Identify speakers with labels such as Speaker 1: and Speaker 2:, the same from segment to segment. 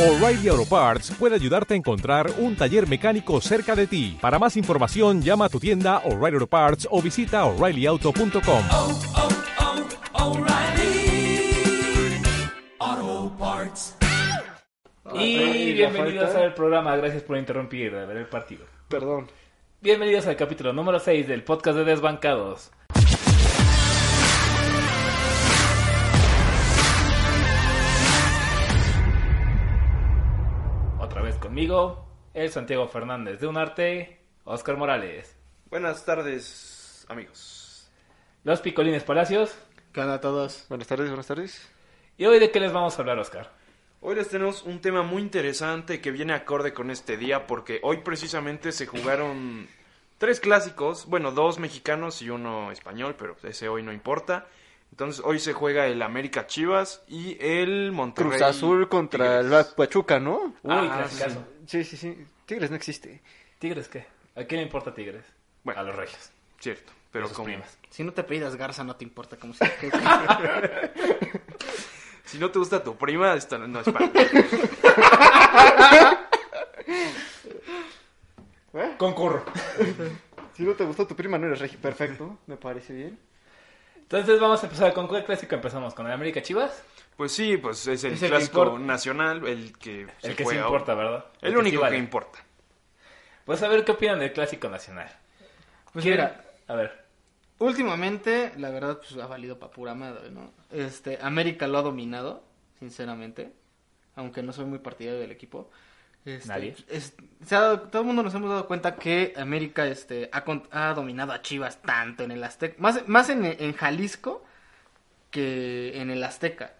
Speaker 1: O'Reilly Auto Parts puede ayudarte a encontrar un taller mecánico cerca de ti. Para más información, llama a tu tienda O'Reilly Auto Parts o visita oreillyauto.com.
Speaker 2: oh, oh, O'Reilly. Auto Parts.
Speaker 3: Y
Speaker 4: Y
Speaker 3: bienvenidos
Speaker 4: Rafael.
Speaker 3: al programa, gracias por interrumpir a ver el partido.
Speaker 4: Perdón.
Speaker 3: Bienvenidos al capítulo número 6 del podcast de Desbancados. Otra vez conmigo, el Santiago Fernández de Unarte, Oscar Morales,
Speaker 5: Buenas tardes, amigos.
Speaker 3: los Picolines Palacios.
Speaker 4: ¿Qué onda a todos? Buenas tardes, buenas tardes.
Speaker 3: ¿Y hoy de qué les vamos a hablar, Oscar?
Speaker 5: Hoy les tenemos un tema muy interesante que viene acorde con este día porque hoy precisamente se jugaron tres clásicos, bueno, dos mexicanos y uno español, pero ese hoy no importa. Entonces hoy se juega el América Chivas y el Monterrey.
Speaker 4: Cruz Azul contra el Bac- Pachuca, ¿no?
Speaker 3: Uy,
Speaker 5: Ah,
Speaker 3: clasicazo.
Speaker 4: Sí, sí, sí. Tigres no existe.
Speaker 3: ¿Tigres qué? ¿A quién le importa Tigres?
Speaker 5: Bueno.
Speaker 3: a los Reyes,
Speaker 5: Cierto,
Speaker 3: pero
Speaker 5: pero
Speaker 3: sus
Speaker 5: como-
Speaker 3: primas.
Speaker 6: Si no te apellidas Garza, no te importa cómo se
Speaker 5: si no te gusta tu prima, esta no es para
Speaker 3: Concurro.
Speaker 4: Si no te gustó tu prima, no eres regi. Perfecto, me parece bien.
Speaker 3: Entonces vamos a empezar con cuál clásico empezamos, con el América Chivas,
Speaker 5: Pues sí, pues es el
Speaker 6: Es el que
Speaker 5: clásico
Speaker 6: importa.
Speaker 5: nacional, el que
Speaker 3: el
Speaker 5: se
Speaker 3: que sí
Speaker 5: juega hoy.
Speaker 3: importa, ¿verdad?
Speaker 5: El,
Speaker 3: sí
Speaker 5: único que
Speaker 3: vale.
Speaker 5: importa.
Speaker 3: Pues a ver qué opinan del clásico nacional.
Speaker 6: Pues
Speaker 3: ¿Quién-
Speaker 6: mira,
Speaker 3: a ver,
Speaker 6: últimamente, la verdad, pues ha valido pa' pura madre, ¿no? Este, América lo ha dominado, sinceramente. Aunque no soy muy partidario del equipo. Este,
Speaker 3: Nadie.
Speaker 6: es- se ha dado- todo el mundo nos hemos dado cuenta que América este, ha, con- ha dominado a Chivas tanto en el Azteca, más, más en, en Jalisco que en el Azteca.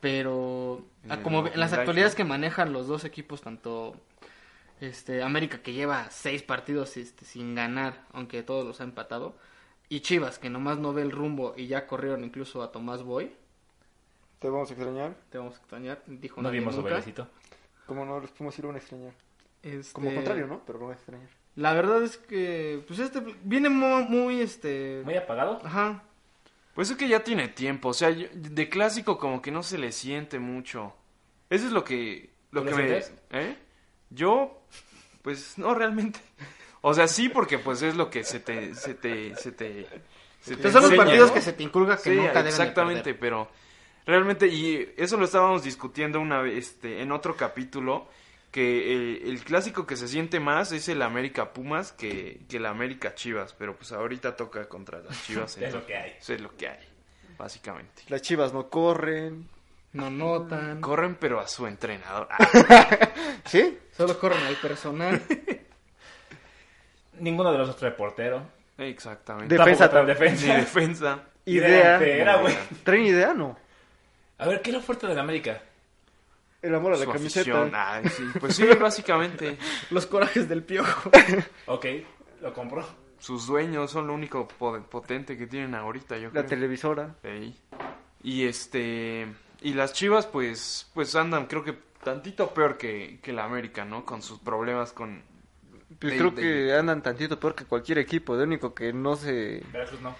Speaker 6: Pero ah,
Speaker 5: el-
Speaker 6: como en las
Speaker 5: en el
Speaker 6: actualidades
Speaker 5: Azteca.
Speaker 6: que manejan los dos equipos, tanto este, América que lleva seis partidos este, sin ganar, aunque todos los ha empatado, y Chivas que nomás no ve el rumbo y ya corrieron incluso a Tomás Boy,
Speaker 4: Te vamos a extrañar.
Speaker 6: te vamos a extrañar, dijo
Speaker 3: no
Speaker 6: nadie
Speaker 3: vimos su
Speaker 6: nunca.
Speaker 3: bailecito.
Speaker 4: Como no, los Pumas sí lo van a extrañar.
Speaker 6: Este,
Speaker 4: Como contrario, ¿no? Pero lo van a extrañar.
Speaker 6: La verdad es que, pues este viene muy, muy, este,
Speaker 3: Muy apagado.
Speaker 6: ajá,
Speaker 5: Pues es que ya tiene tiempo, o sea, yo- de clásico como que no se le siente mucho. Eso es lo que lo
Speaker 3: ¿Tú
Speaker 5: que
Speaker 3: lo
Speaker 5: me,
Speaker 3: sientes?
Speaker 5: ¿eh? Yo pues no realmente. O sea, sí porque pues es lo que se te se te se te se
Speaker 6: Entonces, son los
Speaker 5: enseña,
Speaker 6: partidos
Speaker 5: ¿no?
Speaker 6: que se te inculga que
Speaker 5: Sí,
Speaker 6: nunca deben
Speaker 5: exactamente,
Speaker 6: de perder.
Speaker 5: pero realmente y eso lo estábamos discutiendo una vez este en otro capítulo que el, el clásico que se siente más es el América Pumas que, que el América Chivas, pero pues ahorita toca contra las Chivas.
Speaker 3: Es lo
Speaker 5: entonces-
Speaker 3: que hay.
Speaker 5: eso es lo que hay, básicamente.
Speaker 4: Las chivas no corren.
Speaker 6: No notan,
Speaker 5: Corren, pero a su entrenador. Ah,
Speaker 4: ¿Sí?
Speaker 6: solo corren al personal.
Speaker 3: Ninguno de los otros reportero.
Speaker 5: exactamente.
Speaker 4: Defensa.
Speaker 3: Tampoco trae
Speaker 5: Ni
Speaker 3: defensa.
Speaker 5: defensa.
Speaker 3: Ni
Speaker 4: Idea.
Speaker 3: delantera, güey.
Speaker 4: ¿Traen idea? No.
Speaker 3: A ver, ¿qué es lo fuerte del América?
Speaker 4: El amor a la
Speaker 5: su
Speaker 4: camiseta.
Speaker 5: afición. Ah, sí, Pues sí, básicamente.
Speaker 6: Los corajes del piojo.
Speaker 3: Ok, lo compro.
Speaker 5: Sus dueños son lo único po- potente que tienen ahorita, yo
Speaker 4: La
Speaker 5: creo.
Speaker 4: televisora.
Speaker 5: Ey. Y este. Y las chivas, pues. Pues andan, creo que tantito peor que, que la América, ¿no? Con sus problemas con.
Speaker 4: Pues
Speaker 5: de-
Speaker 4: creo
Speaker 5: de-
Speaker 4: que andan tantito peor que cualquier equipo. De único que no se...
Speaker 3: Veracruz no.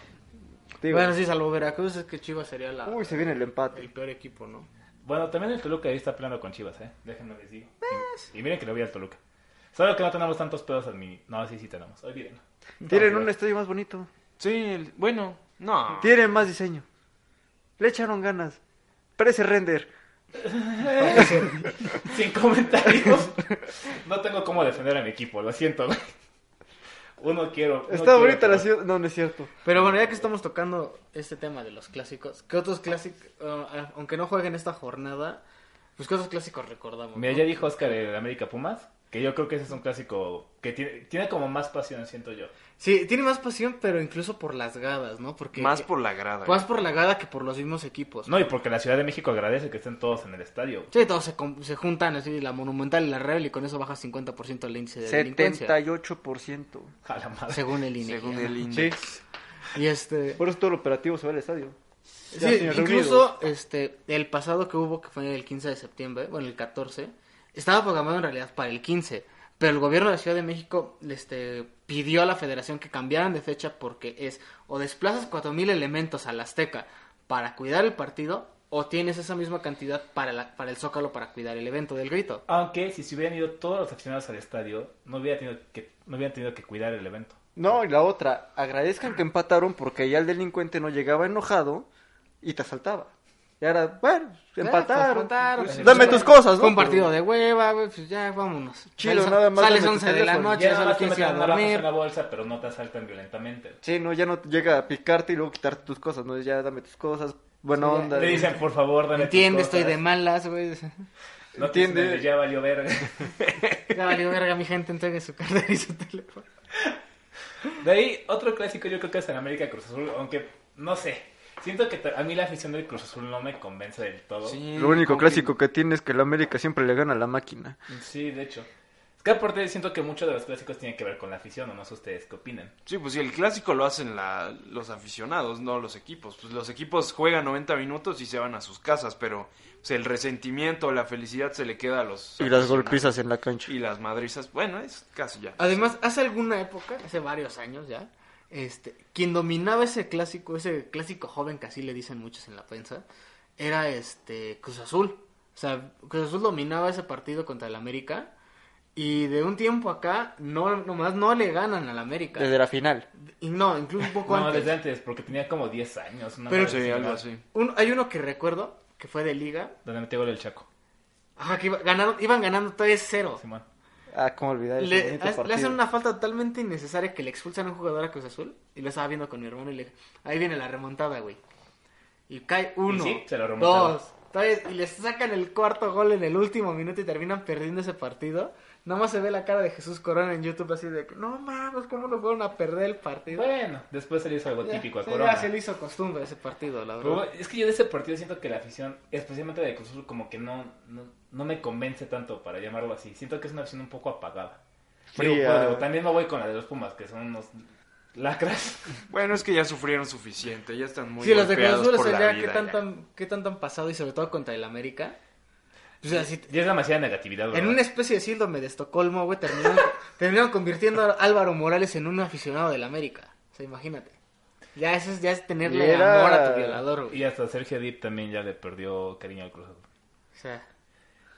Speaker 4: Digo,
Speaker 6: bueno, sí, salvo Veracruz, es que Chivas sería la,
Speaker 4: Uy, se viene el empate.
Speaker 6: el peor equipo, ¿no?
Speaker 3: Bueno, también el Toluca ahí está peleando con Chivas, ¿eh? Déjenme les digo. Y, y miren que lo vi al Toluca. Solo que no tenemos tantos pedos al mini. No, sí, sí tenemos. Olvídenlo.
Speaker 4: Tienen
Speaker 3: No,
Speaker 4: un
Speaker 3: pero-
Speaker 4: estadio más bonito.
Speaker 5: Sí, el- bueno, no.
Speaker 4: Tienen más diseño. Le echaron ganas. Parece render.
Speaker 3: Sin comentarios. No tengo cómo defender a mi equipo, lo siento, güey. Uno quiero.
Speaker 4: Está
Speaker 3: no
Speaker 4: bonita
Speaker 3: quiero,
Speaker 4: la
Speaker 3: pero-
Speaker 4: ciudad. No, no es cierto.
Speaker 6: Pero bueno, ya que estamos tocando este tema de los clásicos, ¿qué otros clásicos, aunque no jueguen esta jornada, pues qué otros clásicos recordamos?
Speaker 3: Mira,
Speaker 6: no?
Speaker 3: ya dijo Oscar el América Pumas, que yo creo que ese es un clásico que tiene, tiene como más pasión, siento yo.
Speaker 6: Sí, tiene más pasión, pero incluso por las gadas, ¿no? Porque
Speaker 5: Más por la grada.
Speaker 6: más por la gada que por los mismos equipos.
Speaker 3: No, y porque la Ciudad de México agradece que estén todos en el estadio.
Speaker 6: Sí, todos se, com- se juntan, así, la monumental y la rebel, y con eso baja 50% el índice de delincuencia.
Speaker 4: 78%.
Speaker 3: A la madre.
Speaker 6: Según el INE.
Speaker 5: Según el E
Speaker 4: Sí.
Speaker 5: índice.
Speaker 6: Y este...
Speaker 4: Por eso todo el operativo se va al estadio. Ya,
Speaker 6: Sí,
Speaker 4: señor,
Speaker 6: incluso este, el pasado que hubo, que fue el 15 de septiembre, bueno, el 14, estaba programado en realidad para el 15, pero el gobierno de la Ciudad de México este, pidió a la federación que cambiaran de fecha porque es o desplazas 4.000 elementos al Azteca para cuidar el partido o tienes esa misma cantidad para, la- para el Zócalo para cuidar el evento del grito.
Speaker 3: Aunque si se hubieran ido todos los aficionados al estadio, no, hubiera tenido que, no hubieran tenido que cuidar el evento.
Speaker 7: No, y la otra, agradezcan que empataron porque ya el delincuente no llegaba enojado y te asaltaba. Y ahora, bueno,
Speaker 6: Eh,
Speaker 7: Pues empataron.
Speaker 6: empataron.
Speaker 7: Pues, dame tus cosas, ¿no?
Speaker 6: Fue un partido
Speaker 7: Pero-
Speaker 6: de hueva, güey, pues ya vámonos.
Speaker 7: Chido,
Speaker 6: Sales-
Speaker 7: nada más
Speaker 6: Sales
Speaker 7: dame tu
Speaker 6: 11 de la
Speaker 7: teléfono.
Speaker 6: noche,
Speaker 3: Ya
Speaker 6: ya
Speaker 3: nada
Speaker 6: solo
Speaker 3: más te
Speaker 6: quieres ir a
Speaker 3: meten navajas en la
Speaker 6: dormir.
Speaker 3: bolsa, pero no te asaltan violentamente.
Speaker 7: Sí, no, ya no llega a picarte y luego quitarte tus cosas, ¿no? Ya dame tus cosas, buena
Speaker 6: Sí, ya.
Speaker 7: onda.
Speaker 3: Le dicen, por favor, dame tus
Speaker 6: Entiende, estoy
Speaker 3: cosas.
Speaker 6: de malas, güey.
Speaker 3: No te dicen,
Speaker 7: Entiende.
Speaker 3: Ya valió verga.
Speaker 6: Ya valió verga, mi gente, entregue su cartera y su teléfono.
Speaker 3: De ahí, otro clásico yo creo que es en América Cruz Azul, aunque no sé. Siento que ta- a mí la afición del Cruz Azul no me convence del todo. Sí,
Speaker 5: Sí,
Speaker 7: Lo
Speaker 6: "Mm,
Speaker 7: único
Speaker 5: aunque-
Speaker 7: clásico que tiene es que el América siempre le gana a la máquina.
Speaker 3: de hecho. Es que aparte siento que muchos de los clásicos tienen que ver con la afición, o no sé ustedes qué opinan.
Speaker 5: Sí, pues sí, el clásico lo hacen la- los aficionados, no los equipos. Pues los equipos juegan 90 minutos y se van a sus casas, pero pues, el resentimiento, la felicidad se le queda a los.
Speaker 7: Y las
Speaker 5: aficionados.
Speaker 7: golpizas en la cancha.
Speaker 5: Y las madrizas, bueno, es casi ya.
Speaker 6: Además, hace alguna época, hace varios años ya, este, quien dominaba ese clásico, ese clásico joven que así le dicen muchos en la prensa, era este Cruz Azul. O sea, Cruz Azul dominaba ese partido contra el América y de un tiempo acá no nomás no le ganan al América.
Speaker 7: Desde la final.
Speaker 6: Y No, incluso un poco
Speaker 3: No,
Speaker 6: antes.
Speaker 3: desde antes, porque tenía como 10 años. Una
Speaker 6: Pero-
Speaker 3: madre
Speaker 5: Sí, algo
Speaker 3: ¿no?
Speaker 5: así.
Speaker 6: Un- hay uno que recuerdo que fue de liga.
Speaker 3: Donde metió gol el Chaco.
Speaker 6: Ajá, que iba- ganaron, iban ganando 3-0.
Speaker 3: Simón.
Speaker 7: Ah, cómo olvidar ese
Speaker 6: le,
Speaker 7: bonito
Speaker 6: ha- le
Speaker 7: partido.
Speaker 6: hacen una falta totalmente innecesaria que le expulsan a un jugador a Cruz Azul. Y lo estaba viendo con mi hermano y le ahí viene la remontada, güey. Y cae uno,
Speaker 3: Y sí, se la remontaron.
Speaker 6: dos, tres, y les sacan el cuarto gol en el último minuto y terminan perdiendo ese partido. Nomás se ve la cara de Jesús Corona en YouTube así de que, no mames, ¿cómo lo fueron a perder el partido?
Speaker 3: Bueno, después se le hizo algo
Speaker 6: Ya,
Speaker 3: típico a
Speaker 6: sí,
Speaker 3: Corona.
Speaker 6: Ya se le hizo costumbre ese partido, la
Speaker 3: Pero
Speaker 6: verdad.
Speaker 3: es que yo de ese partido siento que la afición, especialmente de Cruz Azul, como que no, no, no me convence tanto, para llamarlo así. Siento que es una afición un poco apagada. Digo,
Speaker 7: Fría.
Speaker 3: bueno, digo, también no voy con la de los Pumas, que son unos lacras.
Speaker 5: Bueno, es que ya sufrieron suficiente, ya están muy
Speaker 6: Sí, los de Cruz
Speaker 5: golpeados
Speaker 6: Azul, o
Speaker 5: por
Speaker 6: sea,
Speaker 5: la
Speaker 6: ya qué
Speaker 5: vida,
Speaker 6: tanto,
Speaker 5: ya.
Speaker 6: han- qué tanto han pasado y sobre todo contra el América. O sea, si,
Speaker 3: Ya es demasiada negatividad, ¿verdad?
Speaker 6: En una especie de síndrome de Estocolmo, güey, terminaron, terminaron convirtiendo a Álvaro Morales en un aficionado del América. O sea, imagínate. Ya eso es, ya es tenerle
Speaker 7: Y era-
Speaker 6: amor a tu violador, güey.
Speaker 3: Y hasta Sergio Dip también ya le perdió cariño al Cruz Azul.
Speaker 6: O sea,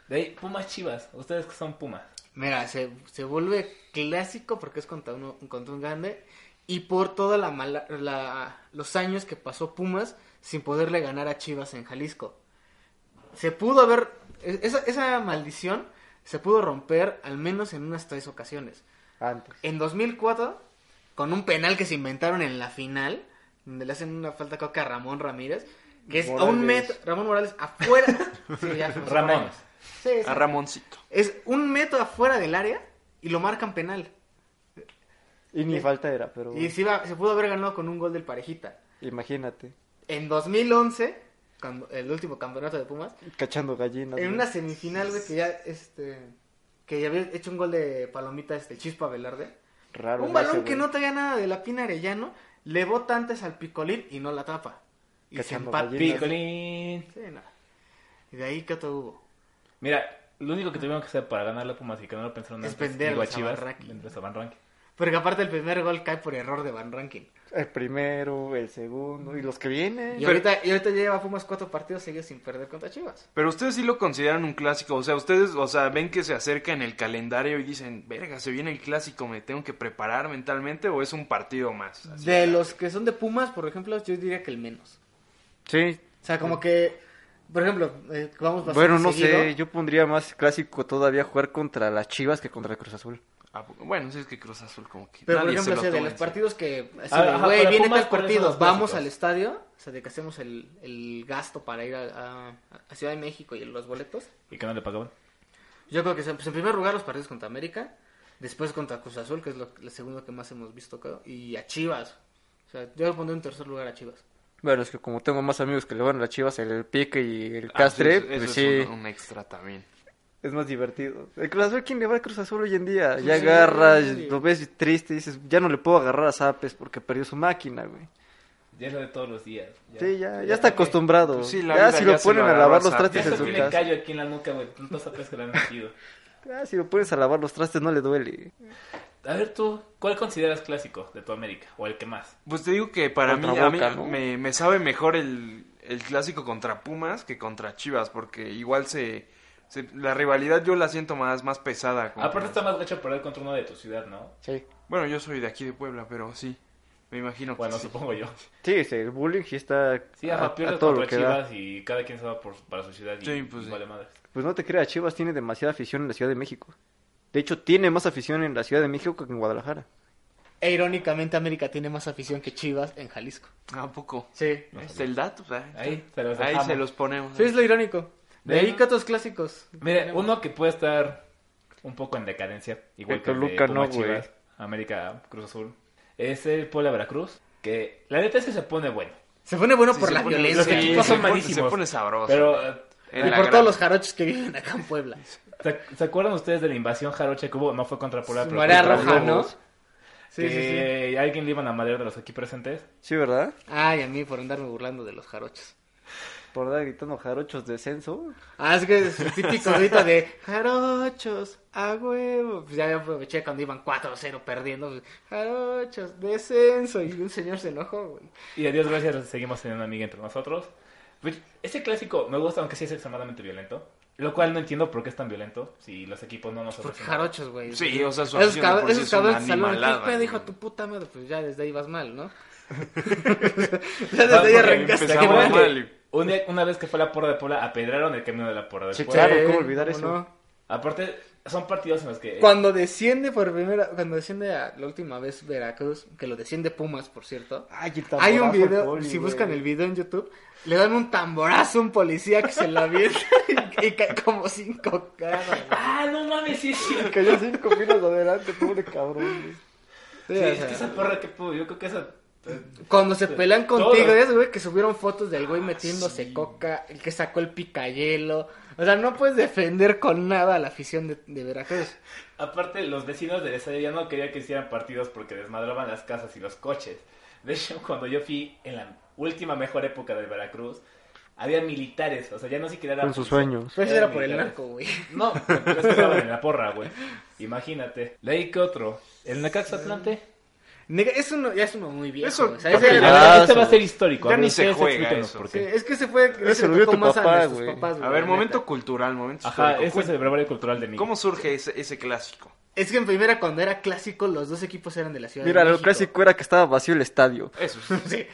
Speaker 3: De ahí, Pumas Chivas. Ustedes que son Pumas.
Speaker 6: mira, se, se vuelve clásico porque es contra, uno, contra un grande y por toda la mala, la- los años que pasó Pumas sin poderle ganar a Chivas en Jalisco. Se pudo haber, es- esa, esa maldición se pudo romper al menos en unas tres ocasiones.
Speaker 7: Antes.
Speaker 6: En 2004, con un penal que se inventaron en la final, donde le hacen una falta creo que a Ramón Ramírez, que es a
Speaker 7: Morales.
Speaker 6: un metro, Ramón Morales afuera. Sí, ya se me fue
Speaker 3: Ramón.
Speaker 6: por ahí. Sí, sí.
Speaker 5: A Ramoncito.
Speaker 6: Es un metro afuera del área y lo marcan penal.
Speaker 7: Y ni falta era, pero
Speaker 6: Y se, iba- se pudo haber ganado con un gol del parejita.
Speaker 7: imagínate.
Speaker 6: En 2011, cuando- el último campeonato de Pumas,
Speaker 7: Cachando gallinas.
Speaker 6: en
Speaker 7: güey.
Speaker 6: una semifinal, güey, que ya, este, que ya había hecho un gol de palomita, este, Chispa Velarde.
Speaker 7: Raro
Speaker 6: Un
Speaker 7: ese,
Speaker 6: balón que
Speaker 7: güey.
Speaker 6: no traía nada de la Pina Arellano, le bota antes al Picolín y no la tapa. Y se
Speaker 7: Cachando
Speaker 6: empata.
Speaker 7: gallinas.
Speaker 3: Picolín.
Speaker 6: Sí, nada. Y de ahí, ¿qué otro hubo?
Speaker 3: Mira, lo único que tuvieron que hacer para ganar la Pumas y que no lo pensaron
Speaker 6: Es
Speaker 3: antes,
Speaker 6: venderlos
Speaker 3: digo,
Speaker 6: a Van Rankin.
Speaker 3: venderlos a Van Rankin.
Speaker 6: Porque aparte el primer gol cae por error de Van Rankin.
Speaker 7: El primero, el segundo y los que vienen.
Speaker 6: Y, ahorita, y ahorita ya lleva Pumas cuatro partidos seguidos sin perder contra Chivas.
Speaker 5: Pero ustedes sí lo consideran un clásico, o sea, ustedes, o sea, ven que se acerca en el calendario y dicen, verga, se viene el clásico, me tengo que preparar mentalmente o es un partido más. Así.
Speaker 6: de los que son de Pumas, por ejemplo, yo diría que el menos.
Speaker 7: Sí.
Speaker 6: O sea, como que, por ejemplo, eh, vamos bastante
Speaker 7: Mm. Bueno, no
Speaker 6: seguido.
Speaker 7: sé, yo pondría más clásico todavía jugar contra las Chivas que contra el Cruz Azul.
Speaker 5: Ah, Bueno, sí, es que Cruz Azul como que
Speaker 6: Pero por
Speaker 5: nadie se
Speaker 6: ejemplo,
Speaker 5: lo
Speaker 6: o sea, de
Speaker 5: toma
Speaker 6: los
Speaker 5: en serio.
Speaker 6: partidos que, así
Speaker 3: Ah,
Speaker 6: de,
Speaker 3: ajá,
Speaker 6: güey,
Speaker 3: para
Speaker 6: viene
Speaker 3: Pumas,
Speaker 6: tal
Speaker 3: ¿cuáles son
Speaker 6: partido,
Speaker 3: los
Speaker 6: vamos
Speaker 3: clásicos?
Speaker 6: al estadio, o sea, de que hacemos el, el gasto para ir a, a- a Ciudad de México y los boletos.
Speaker 3: Y que no le pagaban.
Speaker 6: Yo creo que son, pues, en primer lugar los partidos contra América, después contra Cruz Azul, que es lo, el segundo que más hemos visto, creo, y a Chivas. O sea, yo pondré en tercer lugar a Chivas.
Speaker 7: Bueno, es que como tengo más amigos que le van a las Chivas, el, Pique y el
Speaker 5: Ah, sí,
Speaker 7: Castre,
Speaker 5: eso- eso
Speaker 7: pues
Speaker 5: es
Speaker 7: sí,
Speaker 5: un- un extra también.
Speaker 7: es más divertido. El Cruz Azul, ¿quién le va al Cruz Azul hoy en día? Ya
Speaker 6: Pues Sí.
Speaker 7: agarras, lo ves triste y dices, ya no le puedo agarrar a Zapes porque perdió su máquina, güey.
Speaker 3: Ya es lo de todos los días.
Speaker 7: Sí, ya, ya está acostumbrado.
Speaker 5: Pues sí, la
Speaker 7: ya
Speaker 5: vida
Speaker 7: si
Speaker 5: ya
Speaker 7: lo
Speaker 5: se
Speaker 7: ponen
Speaker 5: lo
Speaker 7: a
Speaker 5: agarró
Speaker 7: lavar
Speaker 5: a
Speaker 7: los
Speaker 5: Zapes,
Speaker 7: trastes
Speaker 3: Ya
Speaker 7: en
Speaker 3: hasta
Speaker 7: su
Speaker 3: que le
Speaker 7: casa.
Speaker 3: callo aquí en la nuca, güey. Tantos apes que le han metido.
Speaker 7: Ya, Ah, si lo pones a lavar los trastes no le duele.
Speaker 3: A ver tú, ¿cuál consideras clásico de tu América? ¿O el que más?
Speaker 5: Pues te digo que para mí,
Speaker 7: Contra
Speaker 5: a mí
Speaker 7: Boca, ¿no?
Speaker 5: me, me sabe mejor el, el clásico contra Pumas que contra Chivas, porque igual se, se- la rivalidad yo la siento más, más pesada. como-
Speaker 3: Aparte está más gacho perder contra uno de tu ciudad, ¿no?
Speaker 7: Sí.
Speaker 5: Bueno, yo soy de aquí de Puebla, pero sí, me imagino. que
Speaker 3: Bueno,
Speaker 5: sí.
Speaker 3: supongo yo.
Speaker 7: Sí, sí, el bullying sí está
Speaker 3: Sí,
Speaker 7: a,
Speaker 3: ajá,
Speaker 7: a
Speaker 3: pierdes
Speaker 7: todo lo
Speaker 3: contra
Speaker 7: que da.
Speaker 3: Chivas y cada quien se va por, para su ciudad y,
Speaker 5: Sí, pues
Speaker 3: y
Speaker 5: sí.
Speaker 3: vale madres.
Speaker 7: Pues no te creas, Chivas tiene demasiada afición en la Ciudad de México. De hecho, tiene más afición en la Ciudad de México que en Guadalajara.
Speaker 6: E irónicamente América tiene más afición que Chivas en Jalisco.
Speaker 5: ¿A poco?
Speaker 6: Sí.
Speaker 5: ¿Es el dato? o sea,
Speaker 3: Ahí se los
Speaker 5: ahí
Speaker 3: dejamos.
Speaker 5: se los ponemos.
Speaker 6: Sí, es lo irónico. De ahí
Speaker 3: Bueno.
Speaker 6: que otros clásicos.
Speaker 3: Mire, uno que puede estar un poco en decadencia, igual
Speaker 7: El
Speaker 3: que el de
Speaker 7: Toluca no,
Speaker 3: Pumas,
Speaker 7: güey.
Speaker 3: Chivas, América Cruz Azul, es el Puebla Veracruz, que la neta es que se pone bueno.
Speaker 6: Se pone bueno
Speaker 5: Sí,
Speaker 6: por
Speaker 5: se
Speaker 6: la
Speaker 5: pone-
Speaker 6: violencia.
Speaker 5: sí,
Speaker 3: Los
Speaker 5: se
Speaker 3: equipos son
Speaker 5: pone-
Speaker 3: malísimos.
Speaker 5: Se pone
Speaker 7: Oh,
Speaker 5: sabroso.
Speaker 3: Pero, eh,
Speaker 5: En
Speaker 6: y
Speaker 5: la
Speaker 6: por
Speaker 5: gran-
Speaker 6: todos los jarochos que viven acá en Puebla.
Speaker 3: ¿se se acuerdan ustedes de la invasión jarocha que hubo? No fue contra Puebla,
Speaker 6: Su
Speaker 3: pero
Speaker 6: marea
Speaker 3: contra
Speaker 6: roja, ¿no?
Speaker 3: Lobos,
Speaker 6: Sí, sí, sí.
Speaker 5: Eh,
Speaker 3: que alguien le iban a madrear de los aquí presentes.
Speaker 7: Sí, ¿verdad?
Speaker 6: Ay, a mí por andarme burlando de los jarochos.
Speaker 7: Por dar gritando jarochos descenso.
Speaker 6: Ah, es que es el típico grito de jarochos, a huevo. Pues ya aproveché cuando iban 4-0 perdiendo. pues, Jarochos, descenso. Y un señor se enojó, güey.
Speaker 3: Y a Dios gracias, seguimos teniendo una amiga entre nosotros. Pues, Este clásico me gusta, aunque sí es extremadamente violento. Lo cual no entiendo por qué es tan violento si los equipos no nos
Speaker 6: Porque
Speaker 3: ofrecen.
Speaker 6: jarochos, güey.
Speaker 5: Sí, o sea, su
Speaker 6: esos
Speaker 5: afición de por
Speaker 6: cabrones
Speaker 5: sí
Speaker 6: esos
Speaker 5: es una
Speaker 6: cabrones salieron. ¿Qué
Speaker 5: animalada,
Speaker 6: pedo,
Speaker 5: güey.
Speaker 6: hijo de tu puta madre? Pues ya desde ahí vas mal, ¿no? ya
Speaker 3: Ah,
Speaker 6: desde ahí este
Speaker 3: porque
Speaker 6: arrancaste.
Speaker 5: empezamos
Speaker 6: cabrón.
Speaker 5: mal.
Speaker 3: Un día- una vez que fue la porra de Puebla, apedraron el camino de la porra de
Speaker 7: Sí,
Speaker 3: Puebla.
Speaker 7: claro. ¿cómo olvidar
Speaker 6: ¿cómo
Speaker 7: eso?
Speaker 3: Aparte, son partidos en los que...
Speaker 6: Cuando desciende por primera, cuando desciende a la última vez Veracruz, que lo desciende Pumas, por cierto.
Speaker 7: Ay, el
Speaker 6: Hay un
Speaker 7: tamborazo al
Speaker 6: video,
Speaker 7: poli,
Speaker 6: si
Speaker 7: güey.
Speaker 6: buscan el video en YouTube, le dan un tamborazo a un policía que se lo avienta y, y cae como cinco caras. güey.
Speaker 3: ¡Ah, no mames! Sí, sí.
Speaker 7: Que yo cinco filas adelante, pobre cabrón. güey.
Speaker 6: Sí,
Speaker 3: eh, Sí,
Speaker 6: o
Speaker 3: es
Speaker 6: sea,
Speaker 3: que esa porra que pudo, yo creo que esa... eh,
Speaker 6: Cuando se pelean con
Speaker 3: Todo.
Speaker 6: tigres, güey, que subieron fotos del güey metiéndose coca, el que sacó el picayelo. O sea, no puedes defender con nada a la afición de, de Veracruz.
Speaker 3: Aparte, los vecinos de esa ya no querían que hicieran partidos porque desmadraban las casas y los coches. De hecho, cuando yo fui en la última mejor época de Veracruz, había militares, o sea, ya no siquiera era...
Speaker 7: Con sus
Speaker 3: policía.
Speaker 7: sueños.
Speaker 6: Pero eso
Speaker 3: Eran
Speaker 6: era por el
Speaker 3: militares.
Speaker 6: narco, güey.
Speaker 3: Eh, No, pero es que estaban en la porra, güey. Imagínate. De ahí que otro. El Necaxa Atlante.
Speaker 6: Nega, Es uno, ya es uno muy viejo.
Speaker 5: Eso-
Speaker 6: o sea, ese
Speaker 3: A
Speaker 6: era-
Speaker 3: ver,
Speaker 7: Ah,
Speaker 3: este va a
Speaker 7: sí.
Speaker 3: ser histórico.
Speaker 5: Ya
Speaker 3: A ver,
Speaker 5: ni se
Speaker 3: ustedes
Speaker 5: juega
Speaker 3: explíquenos
Speaker 5: eso.
Speaker 3: por
Speaker 6: Sí,
Speaker 3: qué.
Speaker 6: Eh, es que se fue.
Speaker 7: Ese
Speaker 6: se
Speaker 7: lo vio
Speaker 6: tocó
Speaker 7: tu
Speaker 6: más
Speaker 7: papá,
Speaker 6: nuestros
Speaker 7: güey.
Speaker 6: papás,
Speaker 5: A
Speaker 6: güey,
Speaker 5: ver,
Speaker 6: la
Speaker 5: momento
Speaker 6: neta.
Speaker 5: cultural, momento
Speaker 3: Ajá,
Speaker 5: histórico.
Speaker 3: este es el brevario cultural de mí.
Speaker 5: ¿Cómo surge ese, ese clásico?
Speaker 6: Es que en primera, cuando era clásico, los dos equipos eran de la ciudad.
Speaker 7: Mira,
Speaker 6: de
Speaker 7: lo
Speaker 6: México.
Speaker 7: clásico era que estaba vacío el estadio.
Speaker 5: Eso.
Speaker 6: Sí.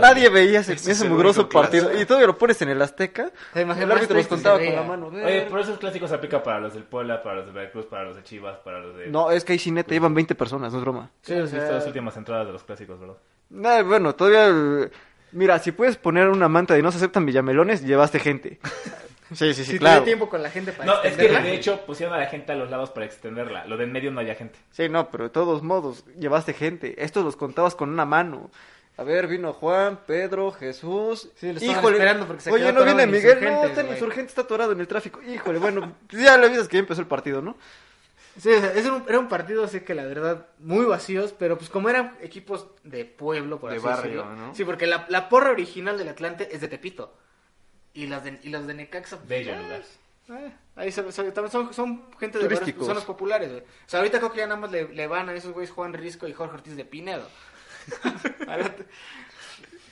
Speaker 7: Nadie veía ese,
Speaker 5: Ese
Speaker 7: ese,
Speaker 5: es el
Speaker 7: mugroso
Speaker 5: único clásico.
Speaker 7: partido. Y todavía lo pones en el Azteca.
Speaker 6: Te imaginas
Speaker 7: El árbitro los
Speaker 6: triste que se
Speaker 7: contaba con
Speaker 6: vea.
Speaker 7: la mano.
Speaker 3: Oye, pero esos clásicos aplican para los del Puebla, para los de Veracruz, para los de Chivas, para los de...
Speaker 7: No, es que ahí sí neta iban 20 personas, no es broma.
Speaker 3: Sí,
Speaker 6: Sí, o
Speaker 3: has visto
Speaker 6: sea,
Speaker 3: las últimas entradas de los clásicos, ¿verdad?
Speaker 7: Nah, bueno, todavía. eh, Mira, si puedes poner una manta de no se aceptan villamelones, llevaste gente. Sí, sí, sí,
Speaker 6: si
Speaker 7: claro.
Speaker 6: tuve tiempo con la gente para
Speaker 3: No, es que
Speaker 6: extenderla.
Speaker 3: de hecho pusieron a la gente a los lados para extenderla. Lo de en medio no había gente.
Speaker 7: Sí, no, pero de todos modos, llevaste gente. Estos los contabas con una mano. A ver, vino Juan, Pedro, Jesús.
Speaker 6: Sí, lo estaban esperando porque se
Speaker 7: Oye,
Speaker 6: quedó
Speaker 7: no viene
Speaker 6: atorado en
Speaker 7: Miguel. No,
Speaker 6: Insurgentes,
Speaker 7: está en
Speaker 6: güey.
Speaker 7: insurgente, está atorado en el tráfico. Híjole, bueno, pues ya le avisas que ya empezó el partido, ¿no?
Speaker 6: Sí, o sea, es un- era un partido así que la verdad muy vacíos, pero pues como eran equipos de pueblo, por
Speaker 5: De
Speaker 6: así
Speaker 5: barrio,
Speaker 6: decirlo.
Speaker 5: ¿no?
Speaker 6: Sí, porque la, la porra original del Atlante es de Tepito. Y las de, y los de Necaxa. pues,
Speaker 3: Bello
Speaker 6: ah,
Speaker 3: lugar.
Speaker 6: ah, ahí se- se- también son, son gente de barrios,
Speaker 7: Turísticos.
Speaker 6: son los populares, güey. O sea, ahorita creo que ya nada más le, le van a esos güeyes Juan Risco y Jorge Ortiz de Pinedo. Ahora te-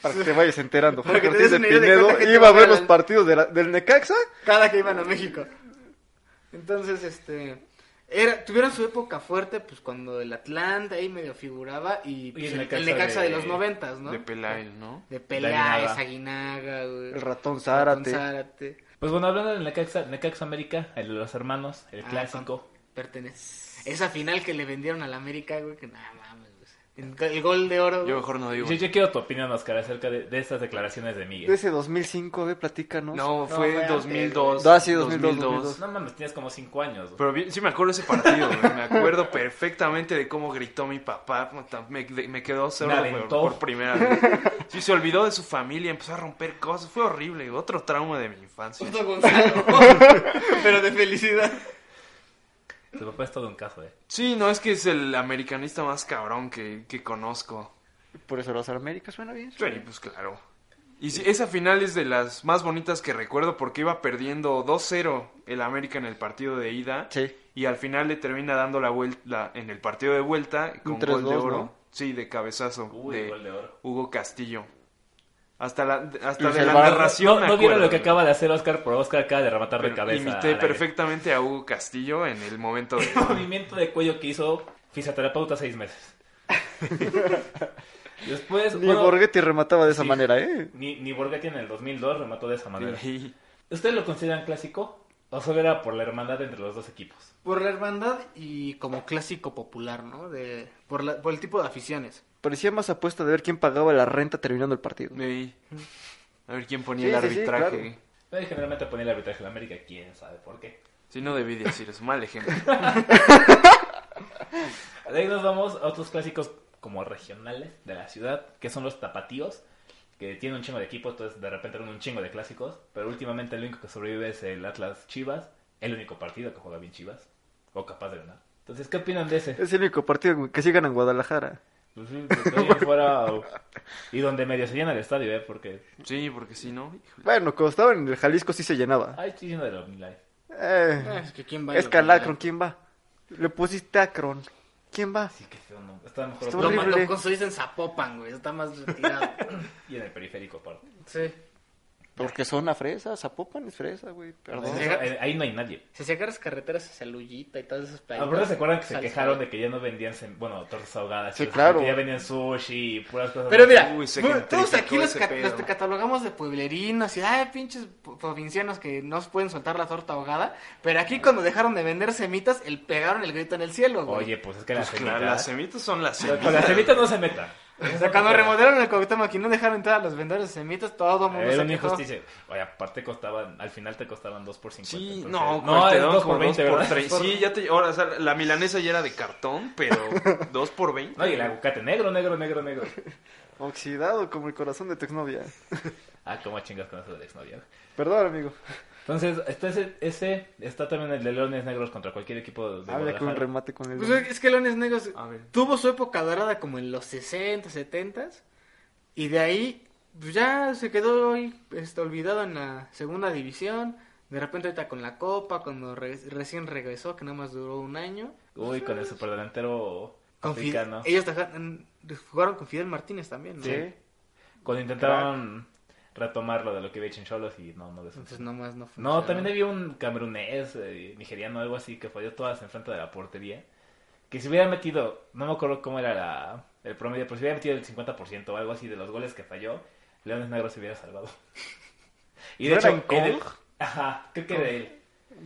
Speaker 7: Para que te vayas enterando.
Speaker 6: Para que
Speaker 7: Jorge
Speaker 6: te
Speaker 7: Ortiz
Speaker 6: des
Speaker 7: de
Speaker 6: una idea de
Speaker 7: Pinedo
Speaker 6: cuánta gente
Speaker 7: iba a ver
Speaker 6: juega
Speaker 7: los
Speaker 6: al-
Speaker 7: partidos de la- del Necaxa.
Speaker 6: cada que iban a México. Entonces, este, era, tuvieron su época fuerte, pues cuando el Atlante ahí medio figuraba y, pues,
Speaker 3: Y el
Speaker 6: el,
Speaker 3: Necaxa
Speaker 6: el Necaxa de,
Speaker 3: de-
Speaker 6: los noventas, ¿no?
Speaker 5: De Pelael, ¿no?
Speaker 6: De Peláez,
Speaker 3: De
Speaker 6: Aguinaga, güey.
Speaker 7: El ratón
Speaker 6: Ratón
Speaker 7: Zárate.
Speaker 6: Zárate.
Speaker 3: Pues bueno, hablando del Necaxa, Necaxa América, el de los hermanos, el
Speaker 6: Ah,
Speaker 3: clásico.
Speaker 6: con- Pertenece. Esa final que le vendieron al América, güey, que nada mames, güey. En- El gol de oro.
Speaker 5: Yo
Speaker 6: güey.
Speaker 5: mejor no digo.
Speaker 3: Yo, yo quiero tu opinión, Oscar, acerca de, de estas declaraciones de
Speaker 7: De
Speaker 3: Miguel.
Speaker 7: ese 2005, ve, platícanos.
Speaker 5: No,
Speaker 6: fue
Speaker 5: fue
Speaker 6: antes,
Speaker 5: 2002.
Speaker 7: güey. Ah, sí, 2002,
Speaker 3: Pues, No mames, tienes como cinco años. güey.
Speaker 5: Pero bien- sí me acuerdo ese partido, güey. Me acuerdo perfectamente de cómo gritó mi papá. puta, Me, de- me quedó
Speaker 3: Me
Speaker 5: sordo por,
Speaker 3: aventó.
Speaker 5: por primera vez. Sí, se olvidó de su familia, empezó a romper cosas. Fue horrible. Otro trauma de mi infancia.
Speaker 6: Justo Gonzalo. Pero de felicidad.
Speaker 3: Tu papá es todo un caso, eh.
Speaker 5: Sí, no, es que es el americanista más cabrón que, que conozco.
Speaker 7: Por eso los América suena bien.
Speaker 5: Sí, pues claro. Y sí, esa final es de las más bonitas que recuerdo porque iba perdiendo 2-0 el América en el partido de ida.
Speaker 7: Sí.
Speaker 5: Y al final le termina dando la vuelta en el partido de vuelta con
Speaker 7: Un
Speaker 5: gol de
Speaker 7: 3-2,
Speaker 5: oro.
Speaker 7: ¿no?
Speaker 5: Sí, de cabezazo
Speaker 3: Uy,
Speaker 5: de
Speaker 3: gol de oro.
Speaker 5: Hugo Castillo. Hasta, la, hasta
Speaker 6: Y
Speaker 5: de
Speaker 6: se
Speaker 5: la
Speaker 6: va-
Speaker 5: narración.
Speaker 3: No,
Speaker 5: me
Speaker 3: no vieron
Speaker 5: acuerdo,
Speaker 3: lo que
Speaker 5: güey.
Speaker 3: acaba de hacer Oscar, por Oscar acaba de rematar de
Speaker 5: Pero
Speaker 3: cabeza. al
Speaker 5: Imité
Speaker 3: aire.
Speaker 5: perfectamente a Hugo Castillo en el momento de.
Speaker 3: El movimiento de cuello que hizo fisioterapeuta seis meses. Después,
Speaker 4: Ni
Speaker 3: bueno,
Speaker 4: Borghetti remataba de esa
Speaker 3: sí.
Speaker 4: manera, ¿eh?
Speaker 3: ni, ni Borghetti en el 2002 remató de esa manera.
Speaker 5: Sí.
Speaker 3: ¿Ustedes lo consideran clásico? ¿O solo era por la hermandad entre los dos equipos?
Speaker 6: Por la hermandad y como clásico popular, ¿no? De, por, la- por el tipo de aficiones.
Speaker 4: Parecía más apuesta de ver quién pagaba la renta terminando el partido.
Speaker 5: Sí. A ver quién ponía
Speaker 4: Sí,
Speaker 5: el
Speaker 4: sí, sí,
Speaker 5: arbitraje.
Speaker 4: claro.
Speaker 5: güey.
Speaker 3: Nadie generalmente ponía el arbitraje en América, quién sabe por qué.
Speaker 5: Sí, no debí decir, es un mal ejemplo.
Speaker 3: De ahí nos vamos a otros clásicos como regionales de la ciudad, que son los tapatíos, que tienen un chingo de equipos, entonces de repente eran un chingo de clásicos, pero últimamente el único que sobrevive es el Atlas Chivas, el único partido que juega bien Chivas, o capaz de ganar. Entonces, ¿qué opinan de ese?
Speaker 4: Es el único partido que sí gana en Guadalajara.
Speaker 3: Pues sí, pues, de ahí en fuera, o- y donde medio se llena el estadio, ¿eh? Porque,
Speaker 5: Sí, porque si no.
Speaker 4: Bueno, cuando estaba en el Jalisco sí se llenaba.
Speaker 3: ay, estoy lleno de OmniLife.
Speaker 6: Ah,
Speaker 4: Eh,
Speaker 6: Es que quién va a
Speaker 4: es
Speaker 6: ir a
Speaker 4: que al
Speaker 6: Olimpiada?
Speaker 4: Akron, ¿quién va? Le pusiste Akron. ¿Quién va?
Speaker 3: Sí, qué feo, ¿no? Está mejor
Speaker 4: Está
Speaker 6: Lo, ma-
Speaker 4: horrible.
Speaker 6: lo construiste en Zapopan, güey. Está más retirado.
Speaker 3: y en el periférico, aparte.
Speaker 6: sí.
Speaker 4: Porque son a fresa, Zapopan es fresa, güey. Perdón.
Speaker 6: Sí.
Speaker 3: Eh, Ahí no hay nadie.
Speaker 6: Si agarras carreteras hacia Lullita y todas esas playas.
Speaker 3: Aparte, Ah, ¿se acuerdan que se quejaron de que ya no vendían, sem- bueno, tortas ahogadas?
Speaker 4: Sí,
Speaker 3: chicos,
Speaker 4: claro.
Speaker 3: Que ya vendían sushi y puras cosas.
Speaker 6: Pero mira,
Speaker 5: Uy, se
Speaker 6: muy- todos
Speaker 5: gentrificó
Speaker 6: aquí los,
Speaker 5: ese
Speaker 6: ca-
Speaker 5: pedo.
Speaker 6: los catalogamos de pueblerinos y, ay, pinches po- provincianos que no se pueden soltar la torta ahogada. Pero aquí, cuando dejaron de vender semitas, el pegaron el grito en el cielo, güey.
Speaker 3: Oye, pues es que
Speaker 5: Pues
Speaker 3: las
Speaker 5: claro,
Speaker 3: semitas-
Speaker 5: las semitas son las
Speaker 3: Con
Speaker 5: semitas.
Speaker 3: las semitas no se metan.
Speaker 6: O sea, cuando remodelaron el Cuauhtémoc aquí no dejaron entrar a los vendedores de semitas, todo el mundo
Speaker 3: Era
Speaker 6: se
Speaker 3: una
Speaker 6: quejó.
Speaker 3: injusticia. Oye, aparte costaban, al final te costaban 2 por 50.
Speaker 5: Sí,
Speaker 3: entonces-
Speaker 5: no,
Speaker 3: no,
Speaker 5: te
Speaker 3: es
Speaker 5: daban
Speaker 3: 2
Speaker 5: como
Speaker 3: por 20,
Speaker 5: dos por
Speaker 3: ¿verdad?
Speaker 5: tres. Sí, ya te. Ahora, o sea, la milanesa ya era de cartón, pero dos por veinte.
Speaker 3: No, y el aguacate negro, negro, negro, negro.
Speaker 4: Oxidado como el corazón de tu exnovia.
Speaker 3: Ah, cómo chingas con eso del exnovio.
Speaker 4: Perdón, amigo.
Speaker 3: Entonces, está ese, ese, está también el de Leones Negros contra cualquier equipo de
Speaker 4: Habla con un
Speaker 3: Guadalajara.
Speaker 4: remate con el.
Speaker 6: Pues es que Leones Negros
Speaker 5: A ver.
Speaker 6: tuvo su época dorada como en los 60, 70 y de ahí pues, ya se quedó ahí, este, olvidado en la segunda división. De repente ahorita con la Copa, cuando re- recién regresó, que nada más duró un año.
Speaker 3: Uy, con el superdelantero
Speaker 6: Con Fide-
Speaker 3: africano.
Speaker 6: Ellos tajaron- jugaron con Fidel Martínez también, ¿no?
Speaker 4: Sí.
Speaker 3: Cuando intentaron retomar lo de lo que había hecho en Cholos y no, no les
Speaker 6: Entonces nomás no
Speaker 3: No, también
Speaker 6: funcionó.
Speaker 3: había un camerunés, eh, nigeriano, algo así, que falló todas enfrente de la portería. Que si hubiera metido, no me acuerdo cómo era la- el promedio, pero si hubiera metido el 50% o algo así de los goles que falló, Leones Negros se hubiera salvado. Y de
Speaker 4: ¿No
Speaker 3: hecho,
Speaker 4: era en Kong?
Speaker 3: él- ajá, creo que era él.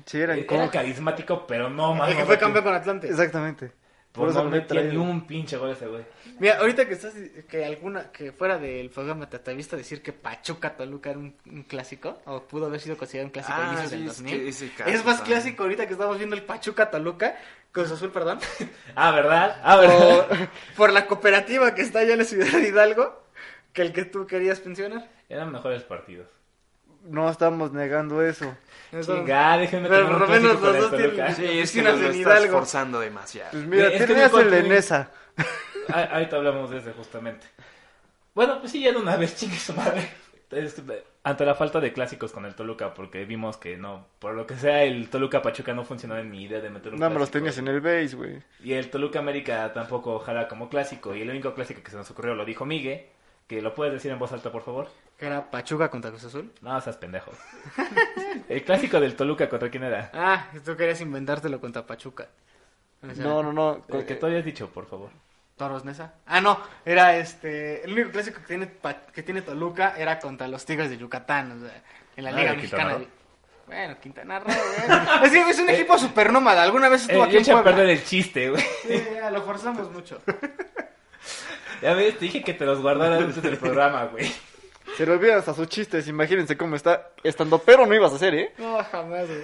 Speaker 4: Sí, era en
Speaker 3: Era
Speaker 4: Kong.
Speaker 3: carismático, pero no, más
Speaker 6: El que fue campeón con Atlante.
Speaker 4: Exactamente. Por eso
Speaker 3: no
Speaker 4: me he
Speaker 3: metía ni
Speaker 4: traído.
Speaker 3: un pinche gol ese güey.
Speaker 6: Mira, ahorita que estás que alguna que fuera del programa te atreviste a decir que Pachuca Toluca era un, un clásico o pudo haber sido considerado un clásico a
Speaker 5: Ah,
Speaker 6: inicios
Speaker 5: sí,
Speaker 6: del
Speaker 5: es
Speaker 6: 2000.
Speaker 5: que
Speaker 6: Es,
Speaker 5: ese caso
Speaker 6: más
Speaker 5: también.
Speaker 6: clásico ahorita que estamos viendo el Pachuca Toluca Cruz Azul, perdón,
Speaker 3: Ah, ¿verdad? Ah,
Speaker 6: o
Speaker 3: ¿verdad?
Speaker 6: por la cooperativa que está allá en la ciudad de Hidalgo que el que tú querías mencionar.
Speaker 3: Eran mejores partidos.
Speaker 4: No estamos negando eso.
Speaker 6: Entonces,
Speaker 3: Chingada, déjenme
Speaker 6: Pero
Speaker 3: tener un
Speaker 6: por lo menos
Speaker 3: clásico con
Speaker 6: los
Speaker 3: el
Speaker 6: dos tienen-
Speaker 3: Toluca.
Speaker 5: Sí, es que
Speaker 6: Oficinas
Speaker 5: nos lo
Speaker 6: en
Speaker 5: estás
Speaker 6: Hidalgo.
Speaker 5: forzando demasiado.
Speaker 4: Pues mira,
Speaker 3: Es que
Speaker 4: tenías
Speaker 3: Nicole
Speaker 4: el
Speaker 3: Kidman-
Speaker 4: Enesa.
Speaker 3: Ah, Ahorita hablamos de ese justamente. Bueno, pues sí, ya de una vez, chingue su madre. Es- eh, ante la falta de clásicos con el Toluca, porque vimos que no, por lo que sea, el Toluca Pachuca no funcionó en mi idea de meter un
Speaker 4: No me los
Speaker 3: clásico.
Speaker 4: tenías en el base, güey.
Speaker 3: Y el Toluca América tampoco ojalá como clásico. Y el único clásico que se nos ocurrió lo dijo Migue, que lo puedes decir en voz alta, por favor.
Speaker 6: que era Pachuca contra Cruz Azul.
Speaker 3: No, seas pendejo. el clásico del Toluca contra quién era.
Speaker 6: Ah, tú querías inventártelo contra Pachuca. O sea,
Speaker 4: No, no, no.
Speaker 6: Eh,
Speaker 4: Eh,
Speaker 3: El que tú habías dicho, por favor.
Speaker 6: Toros Nesa. Ah, no, era este. El único clásico que tiene, Pa- que tiene Toluca era contra los Tigres de Yucatán, o sea, en la
Speaker 3: Ah,
Speaker 6: Liga
Speaker 3: de Quintana
Speaker 6: Mexicana.
Speaker 3: Roo.
Speaker 6: Bueno, Quintana Roo, güey. Es que es un equipo super nómada. Alguna vez estuvo
Speaker 3: Eh,
Speaker 6: aquí
Speaker 3: yo
Speaker 6: en
Speaker 3: eché a perder
Speaker 6: Puebla.
Speaker 3: el chiste, güey.
Speaker 6: Sí, ya, lo forzamos mucho.
Speaker 3: Ya ves, te dije que te los guardaras antes del programa, güey.
Speaker 4: Se le olvidan hasta sus chistes. Imagínense cómo está. Estando pero no ibas a hacer, ¿eh?
Speaker 6: No, jamás, güey.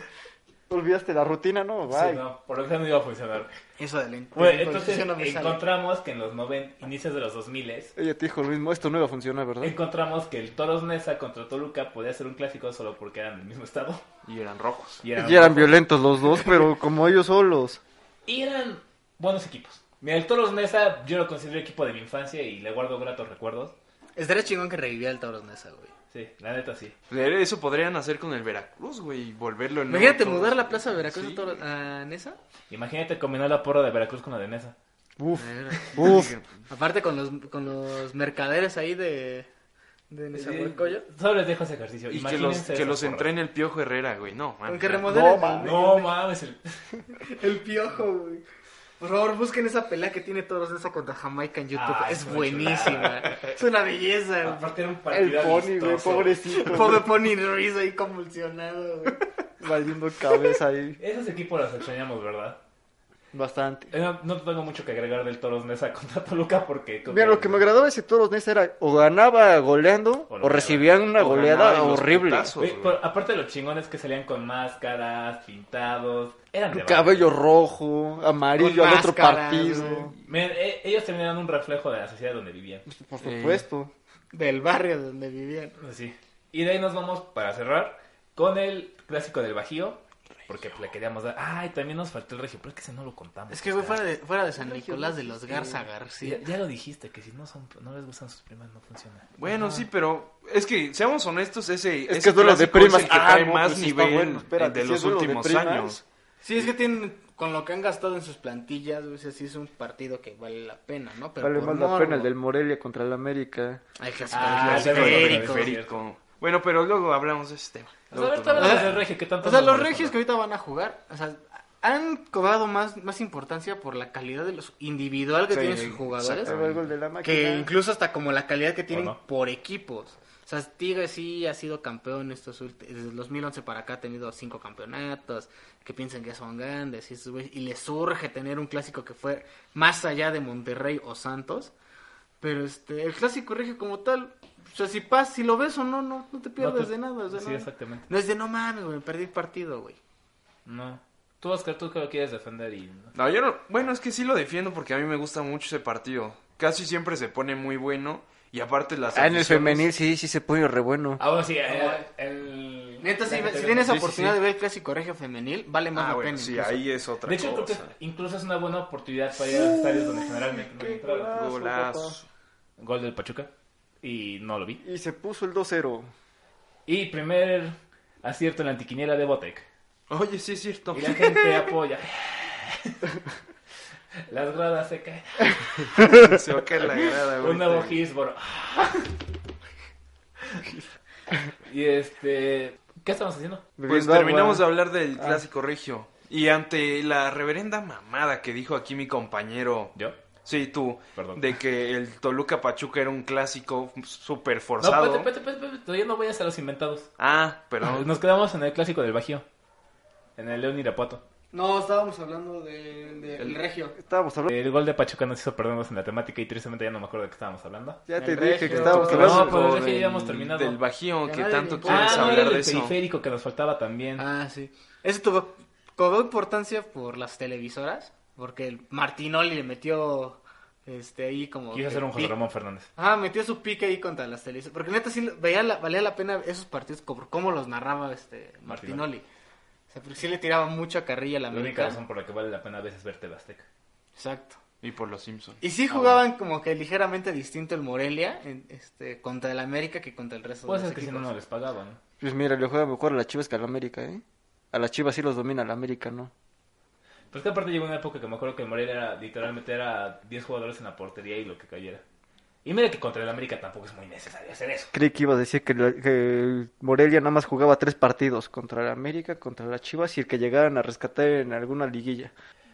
Speaker 4: Olvidaste la rutina, ¿no?
Speaker 3: Sí,
Speaker 4: Bye.
Speaker 3: no, por lo que sea no iba a funcionar.
Speaker 6: Eso de la in-
Speaker 3: Bueno,
Speaker 6: de la
Speaker 3: entonces
Speaker 6: improvisación no me sale.
Speaker 3: encontramos que en los noven, inicios de los 2000
Speaker 4: Ella te dijo lo mismo. Esto no iba a funcionar, ¿verdad?
Speaker 3: encontramos que el Toros Nesa contra Toluca podía ser un clásico solo porque eran del mismo estado
Speaker 5: Y eran rojos.
Speaker 3: y eran,
Speaker 4: Y eran violentos los dos, pero como ellos solos.
Speaker 3: y eran buenos equipos. Mira, el Toros Nesa yo lo considero equipo de mi infancia y le guardo gratos recuerdos.
Speaker 6: Estaría chingón que reviviera el Toros Nesa, güey.
Speaker 3: Sí, la neta sí.
Speaker 5: Eso podrían hacer con el Veracruz, güey, y volverlo en
Speaker 6: Imagínate mudar la plaza de Veracruz
Speaker 5: Sí.
Speaker 6: a, Toros- a Nesa.
Speaker 3: Imagínate combinar la porra de Veracruz con la de Nesa.
Speaker 4: Uf,
Speaker 6: Eh,
Speaker 4: uf.
Speaker 6: Aparte con los, con los mercaderes ahí de, de Nezahualcóyotl.
Speaker 3: Solo les dejo ese ejercicio.
Speaker 5: Y que los,
Speaker 3: Imagínense
Speaker 5: que
Speaker 3: esas
Speaker 5: los
Speaker 3: porras.
Speaker 5: entrene el Piojo Herrera, güey. No, man.
Speaker 6: Aunque
Speaker 7: No,
Speaker 6: remodelen
Speaker 7: man.
Speaker 6: el,
Speaker 3: No mames, el-
Speaker 6: el piojo, güey. Por favor, busquen esa pelea que tiene todos esa contra Jamaica en YouTube.
Speaker 3: Ah,
Speaker 6: es
Speaker 3: fue
Speaker 6: buenísima. Es una belleza. güey.
Speaker 3: aparte era un
Speaker 7: El
Speaker 3: partido
Speaker 7: pony, güey,
Speaker 3: amistoso.
Speaker 7: pobrecito.
Speaker 6: Pobre Pony Ruiz ahí convulsionado, güey.
Speaker 7: Valiendo cabeza ahí.
Speaker 3: Esos equipos los extrañamos, ¿verdad?
Speaker 7: Bastante.
Speaker 3: Eh, No, no tengo mucho que agregar del Toros Nesa contra Toluca porque... creo
Speaker 7: Mira,
Speaker 3: que-
Speaker 7: lo que me agradaba de ese Toros Nesa era o ganaba goleando
Speaker 3: O
Speaker 7: o,
Speaker 3: no
Speaker 7: recibían una
Speaker 5: O
Speaker 7: goleada
Speaker 5: ganaban los
Speaker 7: horrible.
Speaker 5: putazos,
Speaker 3: Güey,
Speaker 5: güey.
Speaker 3: pero aparte de los chingones que salían con máscaras, pintados, eran de
Speaker 7: Cabello rojo, amarillo
Speaker 6: Con
Speaker 7: al otro
Speaker 6: máscaras,
Speaker 7: partido.
Speaker 6: güey.
Speaker 3: Miren, e- ellos tenían un reflejo de la sociedad donde vivían.
Speaker 7: Por supuesto.
Speaker 6: Del barrio donde vivían.
Speaker 3: Así. Y de ahí nos vamos para cerrar con el clásico del Bajío. Porque le queríamos dar. Ay, también nos faltó el regio, pero es que ese no lo contamos.
Speaker 6: Es que, güey, fuera de, fuera de San Nicolás de los Garza García.
Speaker 3: Ya, ya lo dijiste, que si no son, no les gustan sus primas, no funciona.
Speaker 5: Bueno, sí, pero es que, seamos honestos, ese
Speaker 7: Es que
Speaker 5: ese
Speaker 7: es duelo de
Speaker 5: clásico es
Speaker 7: primas.
Speaker 5: el que
Speaker 7: Ah,
Speaker 5: trae
Speaker 7: no,
Speaker 5: más
Speaker 7: pues sí está
Speaker 5: nivel
Speaker 7: bueno, espérate,
Speaker 5: de
Speaker 7: si
Speaker 5: los
Speaker 7: es duelo de
Speaker 5: últimos
Speaker 7: primas.
Speaker 5: años.
Speaker 6: Sí, es que tienen, con lo que han gastado en sus plantillas, güey, o sea, sí es un partido que vale la pena, ¿no? Pero
Speaker 7: Vale
Speaker 6: por
Speaker 7: más la
Speaker 6: morbo.
Speaker 7: pena el del Morelia contra el América.
Speaker 6: Ay, clásico
Speaker 3: Ah,
Speaker 6: del
Speaker 3: el del
Speaker 6: periférico.
Speaker 5: Periférico. Bueno, pero luego hablamos de ese tema.
Speaker 3: O sea, a ver,
Speaker 5: Luego
Speaker 3: todavía
Speaker 6: Ah.
Speaker 3: los del regio, que tanto
Speaker 6: O sea,
Speaker 3: nos
Speaker 6: los
Speaker 3: molestan.
Speaker 6: regios que ahorita van a jugar, o sea, han cobrado más, más importancia por la calidad de los individual que
Speaker 5: Sí,
Speaker 6: tienen sus jugadores,
Speaker 7: Luego el gol de la máquina.
Speaker 6: que incluso hasta como la calidad que tienen
Speaker 3: no?
Speaker 6: por equipos. O sea, Tigres sí ha sido campeón estos ult- desde el 2011 para acá ha tenido cinco campeonatos, que piensan que son grandes y, esos güeyes- y les surge tener un clásico que fue más allá de Monterrey o Santos. Pero este, el clásico regio como tal, o sea, si pas, si lo ves o no, no, no te
Speaker 3: No te-
Speaker 6: pierdes de nada, o sea,
Speaker 3: Sí,
Speaker 6: no-
Speaker 3: exactamente.
Speaker 6: no es de no mames, güey, perdí el partido, güey.
Speaker 3: No. Tú, Oscar, tú que lo quieres defender y.
Speaker 5: No, yo no- bueno, es que sí lo defiendo porque a mí me gusta mucho ese partido. Casi siempre se pone muy bueno y aparte las
Speaker 7: Ah, en el
Speaker 5: aficiones-
Speaker 7: femenil sí, sí se pone re bueno.
Speaker 3: Ah, bueno, sí, eh, el.
Speaker 6: Neta, si,
Speaker 3: la
Speaker 6: si
Speaker 3: categoría-
Speaker 6: tienes
Speaker 5: sí,
Speaker 6: oportunidad
Speaker 5: sí.
Speaker 6: de ver el clásico regio femenil, vale más
Speaker 5: Ah,
Speaker 6: la
Speaker 5: bueno,
Speaker 6: pena.
Speaker 5: sí,
Speaker 6: incluso.
Speaker 5: ahí es otra
Speaker 3: De hecho, creo
Speaker 5: cosa.
Speaker 3: que incluso es una buena oportunidad para ir a estadios donde generalmente no entraban.
Speaker 5: Golazo.
Speaker 3: Gol del Pachuca. Y no lo vi.
Speaker 7: Y se puso el 2-0.
Speaker 3: Y primer acierto en la antiquiniela de Botec.
Speaker 5: Oye, sí es cierto.
Speaker 3: Y la gente apoya. Las gradas se caen.
Speaker 5: se va a caer la grada,
Speaker 3: Un
Speaker 5: ahorita.
Speaker 3: nuevo Hillsborough. y este. ¿Qué estamos haciendo?
Speaker 5: Pues
Speaker 7: Bebiendo agua.
Speaker 5: terminamos de hablar del
Speaker 7: Ah.
Speaker 5: clásico regio. Y ante la reverenda mamada que dijo aquí mi compañero.
Speaker 3: ¿Yo?
Speaker 5: Sí, tú.
Speaker 3: Perdón.
Speaker 5: De que el Toluca Pachuca era un clásico súper
Speaker 3: No,
Speaker 5: forzado.
Speaker 3: espérate, espérate, espérate, espérate, todavía no voy a los inventados.
Speaker 5: Ah, perdón.
Speaker 3: Nos quedamos en el clásico del Bajío. En el León Irapuato.
Speaker 6: No, estábamos hablando del de,
Speaker 5: El-
Speaker 6: el regio.
Speaker 7: Estábamos hablando.
Speaker 3: El gol de Pachuca nos hizo perdernos en la temática y tristemente ya no me acuerdo de qué estábamos hablando.
Speaker 7: Ya te
Speaker 6: el
Speaker 7: dije que
Speaker 6: regio.
Speaker 7: estábamos
Speaker 3: pues, No,
Speaker 7: hablando.
Speaker 3: pero
Speaker 5: Clásico
Speaker 3: es que ya habíamos
Speaker 5: del-
Speaker 3: terminado.
Speaker 5: Del Bajío,
Speaker 6: Ya
Speaker 5: que
Speaker 6: nadie
Speaker 5: tanto
Speaker 6: le
Speaker 5: quieres
Speaker 3: ah, no,
Speaker 5: hablar
Speaker 3: era
Speaker 5: de
Speaker 3: el
Speaker 5: eso.
Speaker 3: periférico que nos faltaba también.
Speaker 6: Ah, sí. Eso tuvo, cobró importancia por las televisoras, porque el Martinoli le metió este ahí como...
Speaker 3: Quiso
Speaker 6: que
Speaker 3: hacer un José
Speaker 6: pic-
Speaker 3: Ramón Fernández.
Speaker 6: Ah, metió su pique ahí contra las televisoras. Porque neta sí veía la- valía la pena esos partidos como, como los narraba este Martinoli. O sea, porque sí le tiraba mucha carrilla a la
Speaker 3: La única
Speaker 6: América.
Speaker 3: razón por la que vale la pena a veces verte el Azteca.
Speaker 6: Exacto.
Speaker 5: Y por los Simpsons.
Speaker 6: Y sí jugaban como que ligeramente distinto el Morelia en- este, contra el América que contra el resto
Speaker 3: Pues
Speaker 6: de
Speaker 3: es
Speaker 6: los
Speaker 3: que si no,
Speaker 6: equipos.
Speaker 3: no les pagaban.
Speaker 7: Pues mira, le juega mejor a las Chivas que a la América, ¿eh? A las Chivas sí los domina, a la América no.
Speaker 3: Pero es que aparte llegó una época que me acuerdo que Morelia era literalmente era 10 jugadores en la portería y lo que cayera. Y mira que contra el América tampoco es muy necesario hacer eso.
Speaker 7: Creí que ibas a decir que, la- que el Morelia nada más jugaba tres partidos contra la América, contra las Chivas y el que llegaran a rescatar en alguna liguilla.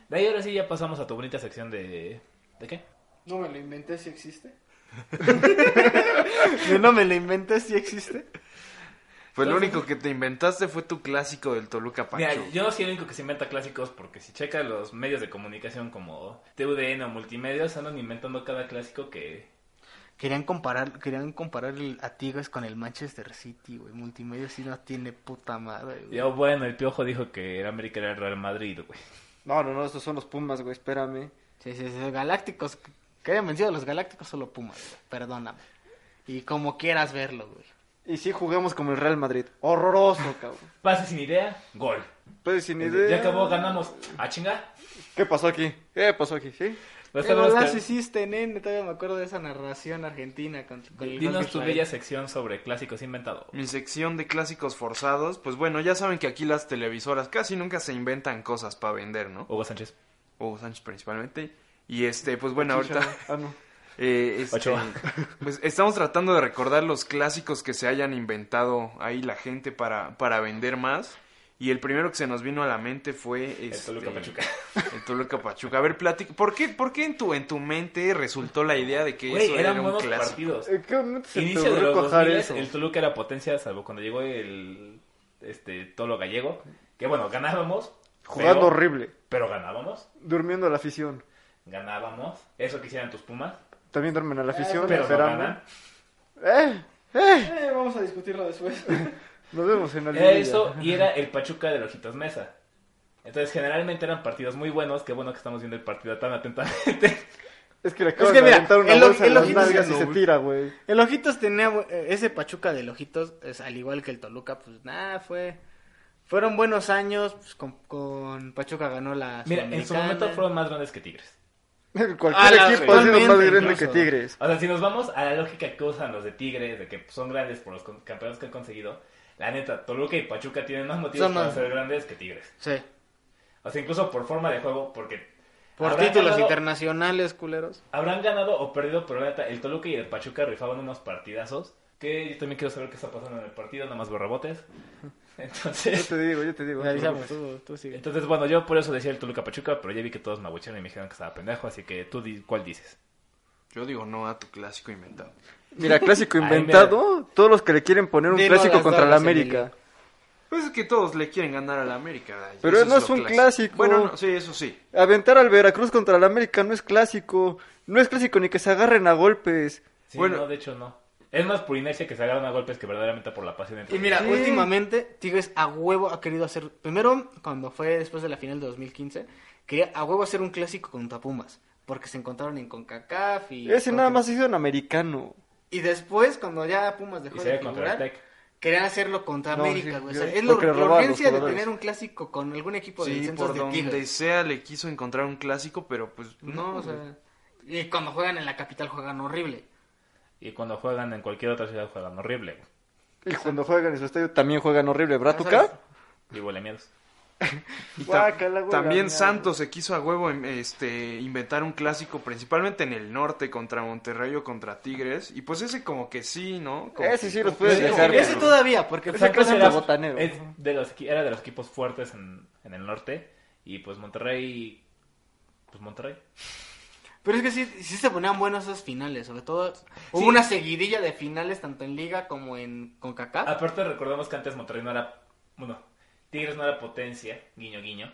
Speaker 3: De ahí ahora sí ya pasamos a tu bonita sección de... ¿De qué?
Speaker 6: No me lo inventé si existe. Yo no me lo inventé si existe.
Speaker 5: Pues lo único que te inventaste fue tu clásico del Toluca
Speaker 3: Mira,
Speaker 5: Pachuca.
Speaker 3: yo no soy el único que se inventa clásicos porque si checa los medios de comunicación como TUDN o Multimedios andan inventando cada clásico que...
Speaker 6: Querían comparar, querían comparar el, a Tigres con el Manchester City, güey. Multimedia sí no tiene puta madre, güey.
Speaker 3: Yo, oh, bueno, el Piojo dijo que el América era el Real Madrid, güey.
Speaker 7: No, no, no, esos son los Pumas, güey, espérame.
Speaker 6: Sí, sí, sí, Galácticos. Que hayan vencido a los Galácticos solo Pumas, güey. Perdóname. Y como quieras verlo, güey.
Speaker 7: Y sí jugamos como el Real Madrid. Horroroso, cabrón.
Speaker 3: Pase sin idea, gol.
Speaker 7: Pues sin idea.
Speaker 3: Ya acabó, ganamos. ¿A chinga?
Speaker 7: ¿Qué pasó aquí? ¿Qué pasó aquí? ¿Sí?
Speaker 3: No
Speaker 6: ¡Qué
Speaker 3: sabemos
Speaker 6: golazo
Speaker 3: que-
Speaker 6: hiciste, nene! Todavía me acuerdo de esa narración argentina con, con el gol
Speaker 3: Dinos
Speaker 6: de
Speaker 3: tu
Speaker 6: Israel.
Speaker 3: bella sección sobre clásicos inventados.
Speaker 5: Mi sección de clásicos forzados, pues bueno, ya saben que aquí las televisoras casi nunca se inventan cosas para vender, ¿no?
Speaker 3: Hugo Sánchez.
Speaker 5: Hugo Sánchez principalmente. Y este, pues bueno, ahorita
Speaker 7: Ah, no.
Speaker 5: Eh, este,
Speaker 3: Ochoa.
Speaker 5: pues estamos tratando de recordar los clásicos que se hayan inventado ahí la gente para, para vender más. Y el primero que se nos vino a la mente fue...
Speaker 3: El
Speaker 5: este,
Speaker 3: Toluca Pachuca.
Speaker 5: El Toluca Pachuca. A ver, platica. ¿Por qué, por qué en, tu, en tu mente resultó la idea de que
Speaker 3: Güey,
Speaker 5: eso
Speaker 3: eran
Speaker 5: era un
Speaker 3: buenos
Speaker 5: clásico?
Speaker 3: partidos.
Speaker 7: ¿En qué momento se te
Speaker 3: Inicio de
Speaker 7: ocurrió
Speaker 3: los
Speaker 7: cojar
Speaker 3: 2000,
Speaker 7: eso?
Speaker 3: el Toluca era potencia, salvo cuando llegó el este Tolo Gallego, que bueno, ganábamos.
Speaker 7: Jugando
Speaker 3: pero-
Speaker 7: horrible,
Speaker 3: Pero ganábamos,
Speaker 7: durmiendo a la afición.
Speaker 3: ganábamos. Eso que hicieran tus Pumas,
Speaker 7: También duermen
Speaker 6: Eh,
Speaker 7: a la afición,
Speaker 3: pero no
Speaker 7: esperando.
Speaker 3: ganan.
Speaker 7: ¡Eh! ¡Eh!
Speaker 6: Eh, vamos a discutirlo después.
Speaker 7: Nos vemos
Speaker 6: Eh,
Speaker 7: en la
Speaker 3: Era
Speaker 7: liguilla.
Speaker 3: eso y era el Pachuca de Ojitos Mesa. Entonces, generalmente eran partidos muy buenos. Qué bueno que estamos viendo el partido tan atentamente.
Speaker 7: Es que le acaban
Speaker 6: que
Speaker 7: de
Speaker 6: mira,
Speaker 7: aventar una
Speaker 6: el o-
Speaker 7: bolsa en
Speaker 6: el
Speaker 7: las
Speaker 6: ojito
Speaker 7: nalgas y
Speaker 6: siendo,
Speaker 7: se
Speaker 6: güey.
Speaker 7: tira, güey.
Speaker 6: El Ojitos tenía, bu- eh, ese Pachuca del Ojitos, es, al igual que el Toluca, pues nada, fue, fueron buenos años, pues, con, con Pachuca ganó la
Speaker 3: Mira, en su
Speaker 6: Sudamericana.
Speaker 3: momento fueron más grandes que Tigres.
Speaker 7: Cualquier
Speaker 6: la-
Speaker 7: equipo ha sido más
Speaker 6: totalmente,
Speaker 7: grande que
Speaker 6: incluso.
Speaker 7: Tigres.
Speaker 3: O sea, si nos vamos a la lógica que usan los de Tigres, de que son grandes por los con- campeonatos que han conseguido, la neta, Toluca y Pachuca tienen más motivos
Speaker 6: Son
Speaker 3: para
Speaker 6: más-
Speaker 3: ser grandes que Tigres.
Speaker 6: Sí,
Speaker 3: O sea, incluso por forma de juego, porque...
Speaker 6: por
Speaker 3: habrán
Speaker 6: títulos
Speaker 3: ganado-
Speaker 6: internacionales, culeros.
Speaker 3: Habrán ganado o perdido, pero la neta, el Toluca y el Pachuca rifaban unos partidazos. Que yo también quiero saber qué está pasando en el partido, nada más rebotes.
Speaker 7: Yo
Speaker 3: Entonces,
Speaker 7: te digo, yo te digo.
Speaker 6: Me avisamos, tú, tú sigue.
Speaker 3: entonces, bueno, yo por eso decía el Toluca Pachuca, pero ya vi que todos me abucharon y me dijeron que estaba pendejo, así que tú, di- ¿cuál dices?
Speaker 5: Yo digo no a tu clásico inventado.
Speaker 7: Mira, clásico
Speaker 3: Ay, mira.
Speaker 7: inventado. Todos los que le quieren poner un
Speaker 6: Dilo a
Speaker 7: clásico
Speaker 6: las
Speaker 7: contra la
Speaker 6: damas,
Speaker 7: América.
Speaker 6: Emilio.
Speaker 5: Pues es que todos le quieren ganar a la América. ¿verdad?
Speaker 7: Pero
Speaker 5: Eso
Speaker 7: no es
Speaker 5: lo
Speaker 7: un clásico.
Speaker 5: Bueno, no, sí, eso sí.
Speaker 7: Aventar al Veracruz contra la América no es clásico. No es clásico ni que se agarren a golpes.
Speaker 3: Sí,
Speaker 5: Bueno.
Speaker 3: no, de hecho no. Es más por inercia que se agarran a golpes que verdaderamente por la pasión. entre
Speaker 6: Y mira,
Speaker 7: Sí.
Speaker 6: últimamente Tigres a huevo ha querido hacer, primero cuando fue después de la final de 2015, quería a huevo hacer un clásico contra Pumas, porque se encontraron en CONCACAF y...
Speaker 7: Ese nada más hizo en americano.
Speaker 6: Y después, cuando ya Pumas
Speaker 3: ellos.
Speaker 6: dejó
Speaker 3: Y
Speaker 6: de
Speaker 3: se contra el
Speaker 6: figurar,
Speaker 3: Tec.
Speaker 6: querían hacerlo contra
Speaker 7: No,
Speaker 6: América,
Speaker 7: sí,
Speaker 6: güey. O sea,
Speaker 7: yo-
Speaker 6: es lo,
Speaker 7: porque
Speaker 6: la
Speaker 7: robaban los
Speaker 6: urgencia de
Speaker 7: jugadores.
Speaker 6: tener un clásico con algún equipo de
Speaker 5: Sí,
Speaker 6: descensos
Speaker 5: por
Speaker 6: de
Speaker 5: donde
Speaker 6: Tigres.
Speaker 5: sea le quiso encontrar un clásico, pero pues no.
Speaker 6: No, o sea, y cuando juegan en la capital juegan horrible.
Speaker 3: Y cuando juegan en cualquier otra ciudad juegan horrible. güey.
Speaker 7: Y cuando juegan en su estadio también juegan horrible.
Speaker 6: ¿Sabes?
Speaker 7: ¿Bratuca?
Speaker 3: Y huele miedos.
Speaker 5: Y ta-
Speaker 7: Guácala, güey, la
Speaker 5: también
Speaker 7: mierda.
Speaker 5: Santos se quiso a huevo em, este, inventar un clásico, principalmente en el norte, contra Monterrey o contra Tigres. Y pues ese como que sí, ¿no? Como
Speaker 7: Ese
Speaker 5: que-
Speaker 7: sí los puedes
Speaker 5: Sí, como
Speaker 7: dejar,
Speaker 5: que-
Speaker 6: Ese todavía, porque
Speaker 7: Ese
Speaker 6: fue-
Speaker 7: cosa
Speaker 3: era,
Speaker 7: de botanero.
Speaker 3: es de los, equi- era de los equipos fuertes en, en el norte. Y pues Monterrey. Pues Monterrey.
Speaker 6: Pero es que sí, sí se ponían buenos esos finales, sobre todo hubo una seguidilla de finales tanto en Liga como en CONCACAF.
Speaker 3: Aparte, recordemos que antes Monterrey no era. Bueno, Tigres no era potencia, guiño, guiño.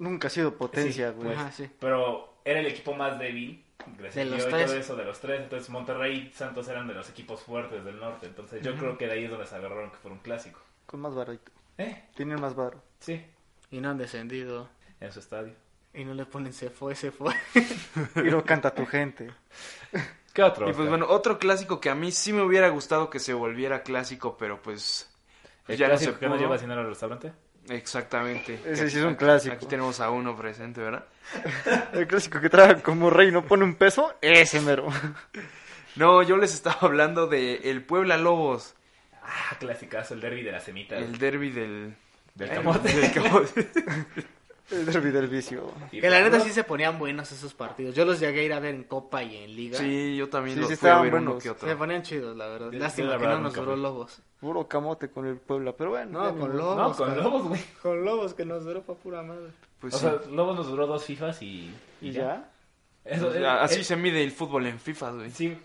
Speaker 7: Nunca ha sido potencia,
Speaker 3: Sí,
Speaker 7: güey.
Speaker 6: Ajá, sí.
Speaker 3: Pero era el equipo más débil.
Speaker 6: De
Speaker 3: Gracias a
Speaker 6: los
Speaker 3: Dios y
Speaker 6: tres.
Speaker 3: todo eso de los tres. Entonces Monterrey y Santos eran de los equipos fuertes del norte. Entonces yo creo que de ahí es donde se agarraron que fue un clásico.
Speaker 7: Con más barito.
Speaker 3: ¿Eh?
Speaker 7: Tienen más varo.
Speaker 3: Sí,
Speaker 6: Y no han descendido.
Speaker 3: en su estadio.
Speaker 6: Y no le ponen se fue, se fue.
Speaker 7: Y lo canta tu gente.
Speaker 3: ¿Qué otro?
Speaker 5: Y pues
Speaker 3: Oscar?
Speaker 5: bueno, otro clásico que a mí sí me hubiera gustado que se volviera clásico, pero pues
Speaker 3: ¿El
Speaker 5: ya no se
Speaker 3: clásico que no
Speaker 5: pudo.
Speaker 3: lleva dinero al restaurante?
Speaker 5: Exactamente.
Speaker 7: Ese sí es un
Speaker 5: Aquí-
Speaker 7: clásico.
Speaker 5: Aquí tenemos a uno presente, ¿verdad?
Speaker 7: El clásico que traga como rey y no pone un peso, ese mero.
Speaker 5: No, yo les estaba hablando de el Puebla Lobos,
Speaker 3: Ah, clasicazo, el derby de las semitas.
Speaker 5: el derby del
Speaker 3: Del
Speaker 5: eh,
Speaker 3: camote.
Speaker 5: del camote.
Speaker 7: El derbi del vicio.
Speaker 3: Y
Speaker 6: Que la
Speaker 3: pues,
Speaker 6: neta sí se ponían buenos esos partidos. Yo los llegué a ir a ver en Copa y en Liga.
Speaker 5: Sí, yo también
Speaker 7: Sí,
Speaker 5: los
Speaker 7: sí
Speaker 5: fui a
Speaker 7: estaban
Speaker 5: ver uno
Speaker 7: buenos.
Speaker 5: que
Speaker 6: Se
Speaker 5: otro.
Speaker 6: ponían chidos, la verdad.
Speaker 3: Yo-
Speaker 6: Lástima
Speaker 3: yo la
Speaker 6: que
Speaker 3: verdad
Speaker 6: no nos
Speaker 3: nunca
Speaker 6: duró
Speaker 3: fui.
Speaker 6: Lobos.
Speaker 7: Puro camote con el Puebla, pero bueno.
Speaker 6: No,
Speaker 7: ya ni
Speaker 6: con
Speaker 7: modo.
Speaker 6: Lobos.
Speaker 3: No, con
Speaker 6: cabrón.
Speaker 3: Lobos, güey.
Speaker 6: Con Lobos que nos duró pa' pura madre.
Speaker 5: Pues
Speaker 3: o
Speaker 5: sí.
Speaker 3: sea, Lobos nos duró dos FIFAs y,
Speaker 7: ¿Y ya?
Speaker 3: Eso,
Speaker 5: O sea,
Speaker 3: eh,
Speaker 5: Pues, así
Speaker 3: eh,
Speaker 5: se mide el fútbol en FIFA, güey.
Speaker 3: sí.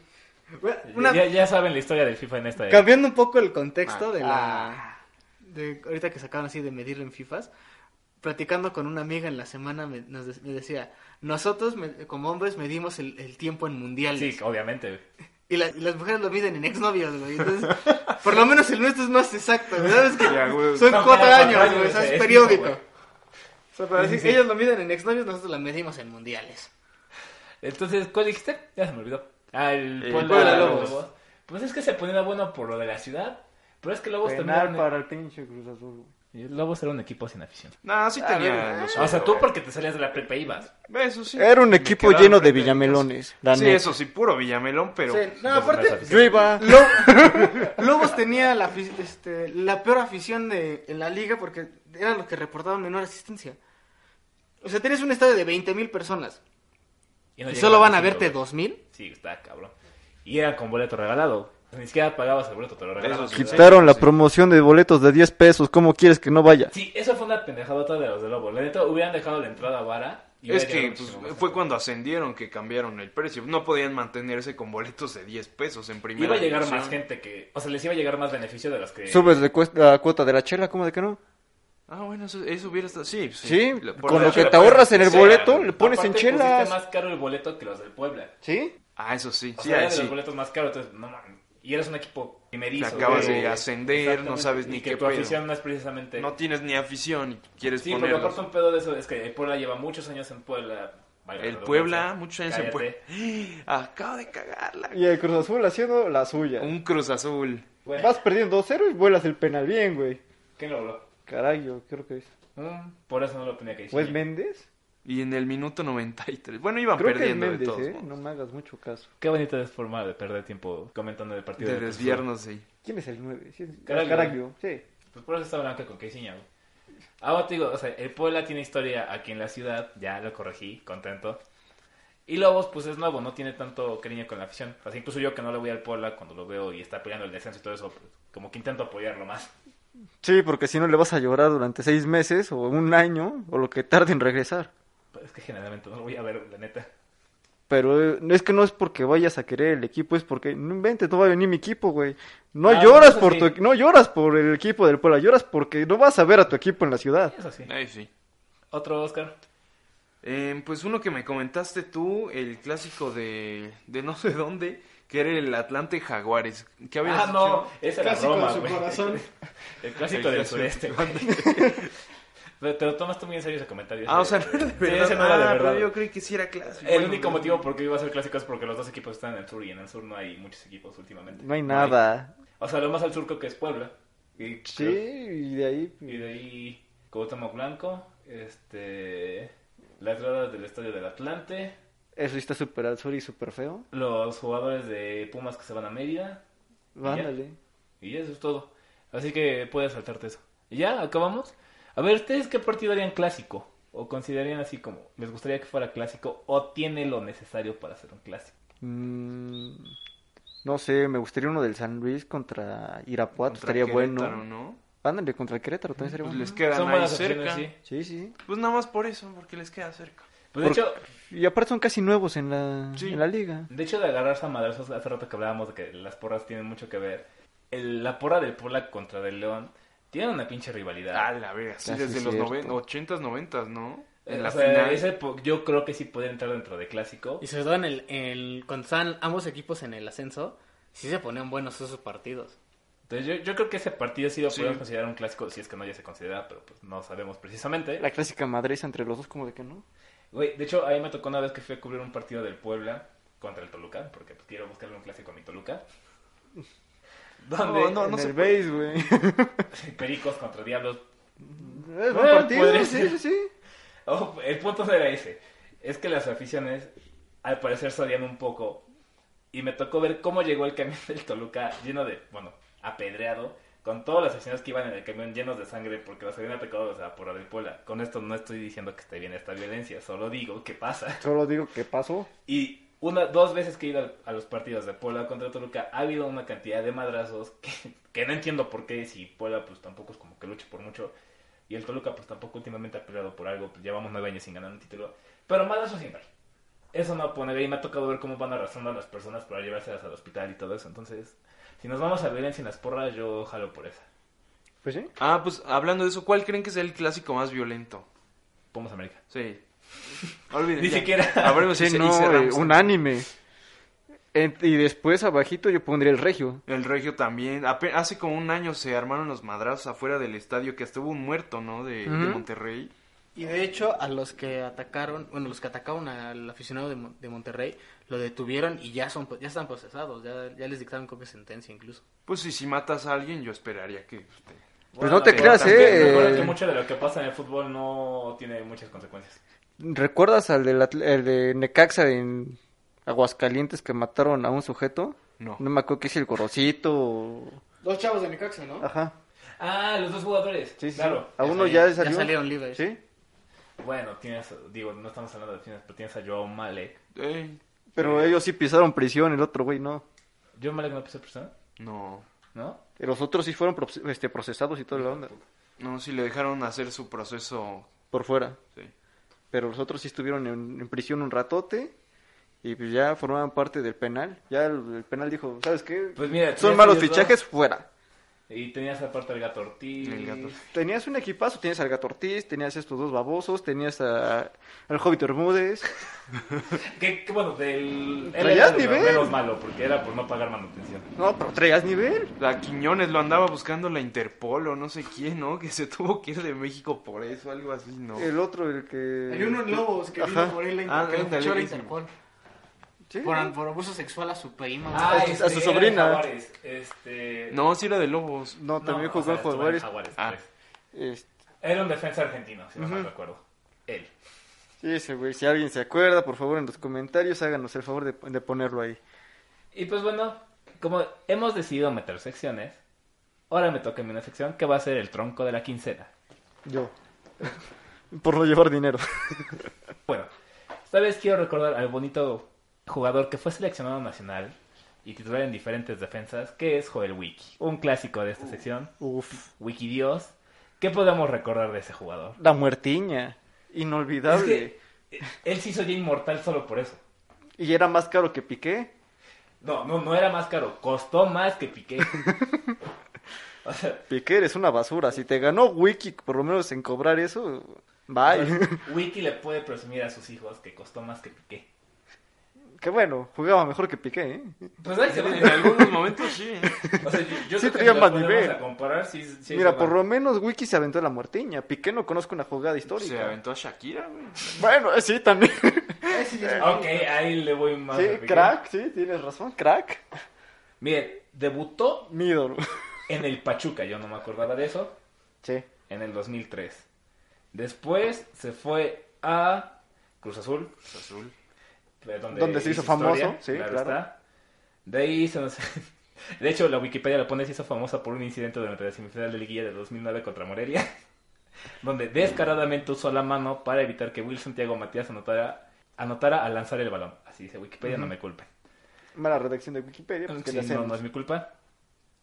Speaker 6: Una-
Speaker 3: Ya, Ah, ya saben la historia del FIFA en esta época.
Speaker 6: Cambiando un poco el contexto de la... De, ahorita que sacaban así de medirlo en FIFAs. Platicando con una amiga en la semana me, nos de- me decía... Nosotros me- como hombres medimos el, el tiempo en mundiales.
Speaker 3: Sí, obviamente. güey.
Speaker 6: Y, la- y las mujeres lo miden en exnovios, güey. Entonces, por lo menos el nuestro es más exacto, güey. ¿Sabes que
Speaker 5: Ya, güey.
Speaker 6: Son
Speaker 3: No,
Speaker 6: cuatro
Speaker 3: cada
Speaker 6: años,
Speaker 3: cuatro
Speaker 6: güey.
Speaker 3: años,
Speaker 6: o sea,
Speaker 3: es
Speaker 6: es
Speaker 3: fijo,
Speaker 6: periódico.
Speaker 3: güey.
Speaker 6: O sea, para decir, ellos lo miden en exnovios, nosotros la medimos en mundiales.
Speaker 3: Entonces, ¿cuál dijiste? Ya se me olvidó. Ah, el
Speaker 5: El
Speaker 3: Puebla
Speaker 5: Puebla
Speaker 3: de
Speaker 5: Lobos.
Speaker 3: Lobos. Pues es que se ponía bueno por lo de la ciudad. Pero es que Lobos pues, también.
Speaker 7: Penal
Speaker 3: era un-
Speaker 7: para el pinche Cruz Azul. güey.
Speaker 3: y Lobos era un equipo sin afición.
Speaker 5: No,
Speaker 3: Ah,
Speaker 5: sí tenía. lo suyo,
Speaker 3: O sea, tú
Speaker 5: güey.
Speaker 3: porque te salías de la prepa ibas.
Speaker 5: Eso sí.
Speaker 7: Era un
Speaker 5: Me
Speaker 7: equipo
Speaker 5: quedaba
Speaker 7: lleno de
Speaker 5: frente a mi
Speaker 7: villamelones.
Speaker 5: casa.
Speaker 7: la
Speaker 5: Sí,
Speaker 7: neta.
Speaker 5: eso sí, puro villamelón, pero
Speaker 6: Sí, no,
Speaker 3: Entonces,
Speaker 6: aparte,
Speaker 3: es
Speaker 7: Yo
Speaker 3: afición.
Speaker 7: iba.
Speaker 6: Lo- Lobos tenía la, afi- este, la peor afición de, en la liga porque eran los que reportaban menor asistencia. O sea, tenías un estadio de 20.000 personas.
Speaker 3: no
Speaker 6: ¿Y
Speaker 3: llegaba
Speaker 6: solo van a
Speaker 3: los
Speaker 6: verte
Speaker 3: 100
Speaker 6: dos mil?
Speaker 3: Sí, está cabrón. Y era con boleto regalado. Ni siquiera pagabas el boleto, te lo regalaban.
Speaker 5: Eso sí.
Speaker 3: ¿verdad?
Speaker 7: Quitaron la promoción de boletos de 10 pesos. ¿Cómo quieres que no vaya?
Speaker 3: Sí, eso fue una pendejadota de los de Lobo. La neta, hubieran dejado la entrada vara. y
Speaker 5: Es
Speaker 3: hubiera
Speaker 5: que
Speaker 3: llegado muchísimo
Speaker 5: pues,
Speaker 3: más
Speaker 5: fue
Speaker 3: gente.
Speaker 5: cuando ascendieron que cambiaron el precio. No podían mantenerse con boletos de 10 pesos en primera
Speaker 3: Iba a llegar
Speaker 5: división.
Speaker 3: más gente que... O sea, les iba a llegar más beneficio de los que...
Speaker 7: Subes de cuest- la cuota de la chela, ¿cómo de que no?
Speaker 5: Ah, bueno, eso, eso hubiera estado... Sí, pues, sí.
Speaker 7: Sí,
Speaker 5: Lo- por
Speaker 7: con
Speaker 5: la-
Speaker 7: lo que
Speaker 3: la
Speaker 7: te ahorras en el
Speaker 5: sí,
Speaker 7: boleto,
Speaker 5: la-
Speaker 7: le pones en
Speaker 3: Aparte,
Speaker 7: chelas.
Speaker 3: pusiste más caro el boleto que los del Puebla.
Speaker 7: ¿Sí?
Speaker 5: Ah, eso sí.
Speaker 3: O
Speaker 5: sí,
Speaker 3: sea,
Speaker 5: ahí
Speaker 3: era de
Speaker 5: sí.
Speaker 3: los boletos más caros, entonces, no mames. Y eres un equipo primerizo.
Speaker 5: Te acabas
Speaker 3: güey.
Speaker 5: de ascender,
Speaker 3: Exactamente,
Speaker 5: no sabes
Speaker 3: y
Speaker 5: ni
Speaker 3: que
Speaker 5: qué
Speaker 3: tu
Speaker 5: pedo.
Speaker 3: afición no es precisamente...
Speaker 5: No tienes ni afición y quieres
Speaker 3: sí, pero
Speaker 5: ponerlos.
Speaker 3: aparte un pedo de eso es que el Puebla lleva muchos años en Puebla. Vale,
Speaker 5: El
Speaker 3: perdón,
Speaker 5: Puebla,
Speaker 3: no sé.
Speaker 5: muchos años en Puebla.
Speaker 3: Cállate.
Speaker 5: Acabo de cagarla.
Speaker 7: Y el Cruz Azul haciendo la suya.
Speaker 5: Un Cruz Azul.
Speaker 3: Bueno,
Speaker 7: Vas perdiendo 2-0 y vuelas el penal bien, güey.
Speaker 3: ¿Quién lo habló?
Speaker 7: Caray, yo creo que es.
Speaker 3: Mm, Por eso no lo tenía que decir.
Speaker 7: ¿O es Méndez?
Speaker 5: Y en el minuto 93. Bueno, iban
Speaker 7: Creo que es
Speaker 5: perdiendo de
Speaker 7: Méndez,
Speaker 5: todos.
Speaker 7: ¿eh?
Speaker 5: modos.
Speaker 7: No me hagas mucho caso.
Speaker 3: Qué bonita es forma de perder tiempo comentando el partido.
Speaker 5: De
Speaker 3: del Cruz Azul.
Speaker 5: desviarnos, sí.
Speaker 7: ¿Quién es el 9? Sí, es-
Speaker 3: Caraglio.
Speaker 7: Caraglio, sí.
Speaker 3: Pues por eso está blanca con Queisiña, güey. Ahora te digo, o sea, el Puebla tiene historia aquí en la ciudad, ya lo corregí, contento. Y Lobos, pues es nuevo, no tiene tanto cariño con la afición. O sea, incluso yo que no le voy al Puebla cuando lo veo y está peleando el descenso y todo eso, pues, como que intento apoyarlo más.
Speaker 7: Sí, porque si no le vas a llorar durante seis meses o un año o lo que tarde en regresar.
Speaker 3: Pero es que generalmente no lo voy a ver, la neta.
Speaker 7: Pero eh, es que no es porque vayas a querer el equipo, es porque no inventes, no va a venir mi equipo, güey. No
Speaker 3: Ah,
Speaker 7: lloras
Speaker 3: eso
Speaker 7: por
Speaker 3: sí.
Speaker 7: tu, equi- no lloras por el equipo del Puebla, lloras porque no vas a ver a tu equipo en la ciudad.
Speaker 3: Eso Eh, sí.
Speaker 5: Ahí sí.
Speaker 3: Otro Oscar.
Speaker 5: Eh, pues uno que me comentaste tú, el clásico de, de no sé dónde, que era el Atlante Jaguares. ¿Qué habías
Speaker 3: Ah, no,
Speaker 5: dicho?
Speaker 3: ese era
Speaker 8: Clásico
Speaker 3: Roma,
Speaker 8: de su
Speaker 3: güey.
Speaker 8: corazón.
Speaker 3: El clásico
Speaker 5: El
Speaker 3: del
Speaker 5: clásico.
Speaker 3: sureste, güey. Pero Te lo tomaste muy en serio ese comentario.
Speaker 5: Ah, o
Speaker 3: ese-
Speaker 5: sea, no era de
Speaker 3: Sí,
Speaker 5: verdad.
Speaker 3: ese no era de
Speaker 5: Ah,
Speaker 3: verdad.
Speaker 5: pero yo creí que sí era clásico.
Speaker 3: El
Speaker 5: Bueno, pues,
Speaker 3: único
Speaker 5: no.
Speaker 3: motivo por qué iba a ser clásico es porque los dos equipos están en el sur y en el sur no hay muchos equipos últimamente.
Speaker 7: No hay nada.
Speaker 3: O sea, lo más al sur creo que es Puebla. Y,
Speaker 7: Sí, y de ahí
Speaker 3: Y de ahí Cuauhtémoc Blanco, este, la entrada del Estadio del Atlante,
Speaker 7: eso sí está súper al sur y súper feo.
Speaker 3: los jugadores de Pumas que se van a Mérida
Speaker 7: Vándale.
Speaker 3: y eso es todo. Así que puedes saltarte eso. ¿Y ya? ¿Acabamos? A ver, ¿ustedes qué partido harían clásico? ¿O considerarían así como les gustaría que fuera clásico o tiene lo necesario para ser un clásico?
Speaker 7: Mm, no sé, me gustaría uno del San Luis contra Irapuato,
Speaker 5: Contra
Speaker 7: estaría
Speaker 5: Querétaro,
Speaker 7: bueno.
Speaker 5: ¿no?
Speaker 7: Vándale contra el Querétaro, también estaría
Speaker 5: Pues
Speaker 7: bueno.
Speaker 5: les quedan
Speaker 3: Son
Speaker 5: ahí
Speaker 3: buenas opciones,
Speaker 5: cerca.
Speaker 3: sí.
Speaker 7: Sí, sí.
Speaker 5: Pues nada más por eso, porque les queda cerca.
Speaker 3: Pues de
Speaker 7: Por-
Speaker 3: hecho,
Speaker 7: Y aparte son casi nuevos en la,
Speaker 5: Sí.
Speaker 7: en la liga.
Speaker 3: De hecho, de agarrarse a madrazos, hace rato que hablábamos de que las porras tienen mucho que ver. El- la porra del Puebla contra del León tiene una pinche rivalidad.
Speaker 5: A la verga, sí,
Speaker 7: Ah, sí,
Speaker 5: desde los
Speaker 7: cierto.
Speaker 5: 90, 80s, 90s, ¿no?
Speaker 3: Eh,
Speaker 5: En la
Speaker 3: o sea,
Speaker 5: final.
Speaker 3: ese po- yo creo que sí puede entrar dentro de clásico.
Speaker 6: Y sobre todo en el, el- cuando estaban ambos equipos en el ascenso, sí se ponían buenos esos partidos.
Speaker 3: Entonces, yo, yo creo que ese partido sí lo
Speaker 5: Sí.
Speaker 3: podemos considerar un clásico, si es que no ya se considera, pero pues no sabemos precisamente.
Speaker 7: La clásica madreza entre los dos, como de que no.
Speaker 3: Güey, de hecho, a mí me tocó una vez que fui a cubrir un partido del Puebla contra el Toluca, porque pues, quiero buscarle un clásico a mi Toluca. Donde
Speaker 5: No, no, no
Speaker 7: en
Speaker 5: se
Speaker 7: el base, güey. es
Speaker 3: Pericos contra Diablos
Speaker 7: buen
Speaker 3: Bueno,
Speaker 7: partido,
Speaker 3: podría
Speaker 7: sí,
Speaker 3: ser.
Speaker 7: sí, sí.
Speaker 3: Oh, el punto no era ese. Es que las aficiones, al parecer, se odian un poco. Y me tocó ver cómo llegó el camión del Toluca lleno de, bueno, apedreado, con todas las aficiones que iban en el camión llenos de sangre porque los habían atacado o sea, por la del Puebla. Con esto no estoy diciendo que esté bien esta violencia, solo digo que pasa.
Speaker 7: Solo digo que pasó.
Speaker 3: Y una, dos veces que he ido al- a los partidos de Puebla contra Toluca, ha habido una cantidad de madrazos que, que no entiendo por qué, si Puebla pues tampoco es como que lucha por mucho, y el Toluca pues tampoco últimamente ha peleado por algo, pues llevamos nueve años sin ganar un título, pero madrazos siempre. hay. Eso no pone y me ha tocado ver cómo van arrasando a las personas para llevárselas al hospital y todo eso, entonces, si nos vamos a violencia en las porras, yo jalo por esa.
Speaker 7: Pues sí.
Speaker 5: Ah, pues hablando de eso, ¿cuál creen que sea el clásico más violento?
Speaker 3: Pumas América.
Speaker 5: Sí. Olviden.
Speaker 3: Ni
Speaker 5: ya.
Speaker 3: siquiera.
Speaker 5: Hablemos y
Speaker 7: Sí,
Speaker 5: ce- y
Speaker 7: no, eh,
Speaker 5: cerramos.
Speaker 7: un anime. En- y después abajito yo pondría el regio.
Speaker 5: El Regio también. Ape- Hace como un año se armaron los madrazos afuera del estadio, que hasta hubo un muerto, ¿no? De, de Monterrey.
Speaker 6: Y de hecho, a los que atacaron, bueno, los que atacaron al aficionado de, Mon- de Monterrey, lo detuvieron y ya son ya están procesados, ya, ya les dictaron copia de sentencia incluso.
Speaker 5: Pues sí, si matas a alguien, yo esperaría que... usted-
Speaker 7: Pues no te creas,
Speaker 5: también,
Speaker 7: eh.
Speaker 3: Recuerda que mucho de lo que pasa en el fútbol no tiene muchas consecuencias.
Speaker 7: ¿Recuerdas al del atl- el de Necaxa en Aguascalientes que mataron a un sujeto?
Speaker 5: No.
Speaker 7: No me acuerdo que es el gorosito. o-
Speaker 8: Dos chavos de Necaxa, ¿no?
Speaker 7: Ajá.
Speaker 3: Ah, los dos jugadores.
Speaker 7: Sí, sí.
Speaker 3: Claro.
Speaker 7: A uno
Speaker 6: Ya
Speaker 7: ya,
Speaker 6: salieron-
Speaker 7: salió.
Speaker 6: ya salieron libres.
Speaker 7: Sí.
Speaker 3: Bueno, tienes, digo, no estamos hablando de finales, pero tienes a Joao Malek.
Speaker 5: Eh,
Speaker 7: Pero ellos sí pisaron prisión, el otro güey no.
Speaker 3: ¿Joao Malek no pisó persona?
Speaker 5: no.
Speaker 3: ¿No?
Speaker 7: Los otros sí fueron pro- este, procesados y toda la onda.
Speaker 5: No, si le dejaron hacer su proceso.
Speaker 7: Por fuera.
Speaker 5: Sí.
Speaker 7: Pero los otros sí estuvieron en, en prisión un ratote. Y pues ya formaban parte del penal. Ya el, el penal dijo, ¿sabes qué?
Speaker 3: Pues mira,
Speaker 7: Son
Speaker 3: tenías
Speaker 7: malos
Speaker 3: a ellos
Speaker 7: fichajes, fuera.
Speaker 3: dos, Y tenías aparte al gato Ortiz.
Speaker 5: El Gato.
Speaker 7: Tenías un equipazo, tenías al Gato Ortiz, tenías estos dos babosos, tenías a- al Hobbit Bermúdez.
Speaker 3: Que, que bueno, del. él
Speaker 7: Traías
Speaker 3: era de lo
Speaker 7: nivel.
Speaker 3: menos malo, porque era por no pagar manutención.
Speaker 7: No, pero traías nivel.
Speaker 5: La Quiñones lo andaba buscando la Interpol o no sé quién, ¿no? Que se tuvo que ir de México por eso, algo así, ¿no?
Speaker 7: El otro, el que...
Speaker 6: Hay unos lobos que vino por él
Speaker 5: Ah,
Speaker 6: la que lo
Speaker 5: ándale,
Speaker 6: fichó la
Speaker 5: ese.
Speaker 6: Interpol.
Speaker 7: Sí.
Speaker 6: Por, por abuso sexual a su prima.
Speaker 7: Ah, a su- a su
Speaker 3: era de
Speaker 7: sobrina.
Speaker 3: Jaguares, este.
Speaker 5: No, sí era de Lobos.
Speaker 7: No, también
Speaker 3: o
Speaker 7: jugó
Speaker 3: sea,
Speaker 7: en
Speaker 3: estuvo en
Speaker 7: Jaguares.
Speaker 3: Jaguares,
Speaker 5: Ah.
Speaker 3: pues.
Speaker 7: Este,
Speaker 3: Era un defensa argentino, si no mal recuerdo. Él.
Speaker 7: sí, Este, ese güey. Si alguien se acuerda, por favor, en los comentarios háganos el favor de, de ponerlo ahí.
Speaker 3: Y pues bueno, como hemos decidido meter secciones, ahora me toca a mí una sección que va a ser el tronco de la quincena.
Speaker 7: Yo. por no llevar dinero.
Speaker 3: Bueno, esta vez quiero recordar al bonito jugador que fue seleccionado nacional y titular en diferentes defensas, que es Joel Wiki, un clásico de esta sección,
Speaker 7: Uf.
Speaker 3: Wiki Dios. ¿Qué podemos recordar de ese jugador?
Speaker 7: La muertiña. Inolvidable.
Speaker 3: Es que, eh, él se hizo ya inmortal solo por eso.
Speaker 7: Y era más caro que Piqué.
Speaker 3: No, no, no era más caro, costó más que Piqué. o sea,
Speaker 7: Piqué eres una basura. Si te ganó Wiki, por lo menos en cobrar eso, bye.
Speaker 3: Wiki le puede presumir a sus hijos que costó más que Piqué.
Speaker 7: Qué bueno, jugaba mejor que Piqué, ¿eh?
Speaker 3: Pues ahí se ve.
Speaker 5: En algunos momentos sí. ¿eh?
Speaker 3: O sea, yo, yo
Speaker 7: Sí,
Speaker 3: creo que
Speaker 7: traía
Speaker 3: si lo
Speaker 7: más
Speaker 3: ponemos
Speaker 7: nivel.
Speaker 3: a comparar, sí, sí,
Speaker 7: Mira,
Speaker 3: sí,
Speaker 7: por
Speaker 3: va.
Speaker 7: lo menos Wiki se aventó la muertiña. Piqué no conozco una jugada
Speaker 5: Se
Speaker 7: histórica.
Speaker 5: aventó a Shakira, güey.
Speaker 7: Bueno, eh, sí, también.
Speaker 3: Ok, ahí le voy más.
Speaker 7: sí,
Speaker 3: a Piqué.
Speaker 7: crack, sí, tienes razón, crack.
Speaker 3: Miren, debutó
Speaker 7: Mi ídolo.
Speaker 3: en el Pachuca, yo no me acordaba de eso,
Speaker 7: Sí.
Speaker 3: en el 2003. Después se fue a Cruz Azul,
Speaker 5: Cruz Azul.
Speaker 3: de donde,
Speaker 7: Donde se hizo famoso, sí, claro.
Speaker 3: está. De ahí se nos... De hecho, la Wikipedia lo pone, se hizo famosa por un incidente durante la semifinal de liguilla de 2009 contra Morelia, donde descaradamente usó la mano para evitar que Wilson Santiago Matías anotara, anotara al lanzar el balón. Así dice Wikipedia, no me culpen.
Speaker 7: Mala redacción de Wikipedia, pues, ¿qué
Speaker 3: Sí,
Speaker 7: le
Speaker 3: no,
Speaker 7: hacemos?
Speaker 3: no es mi culpa.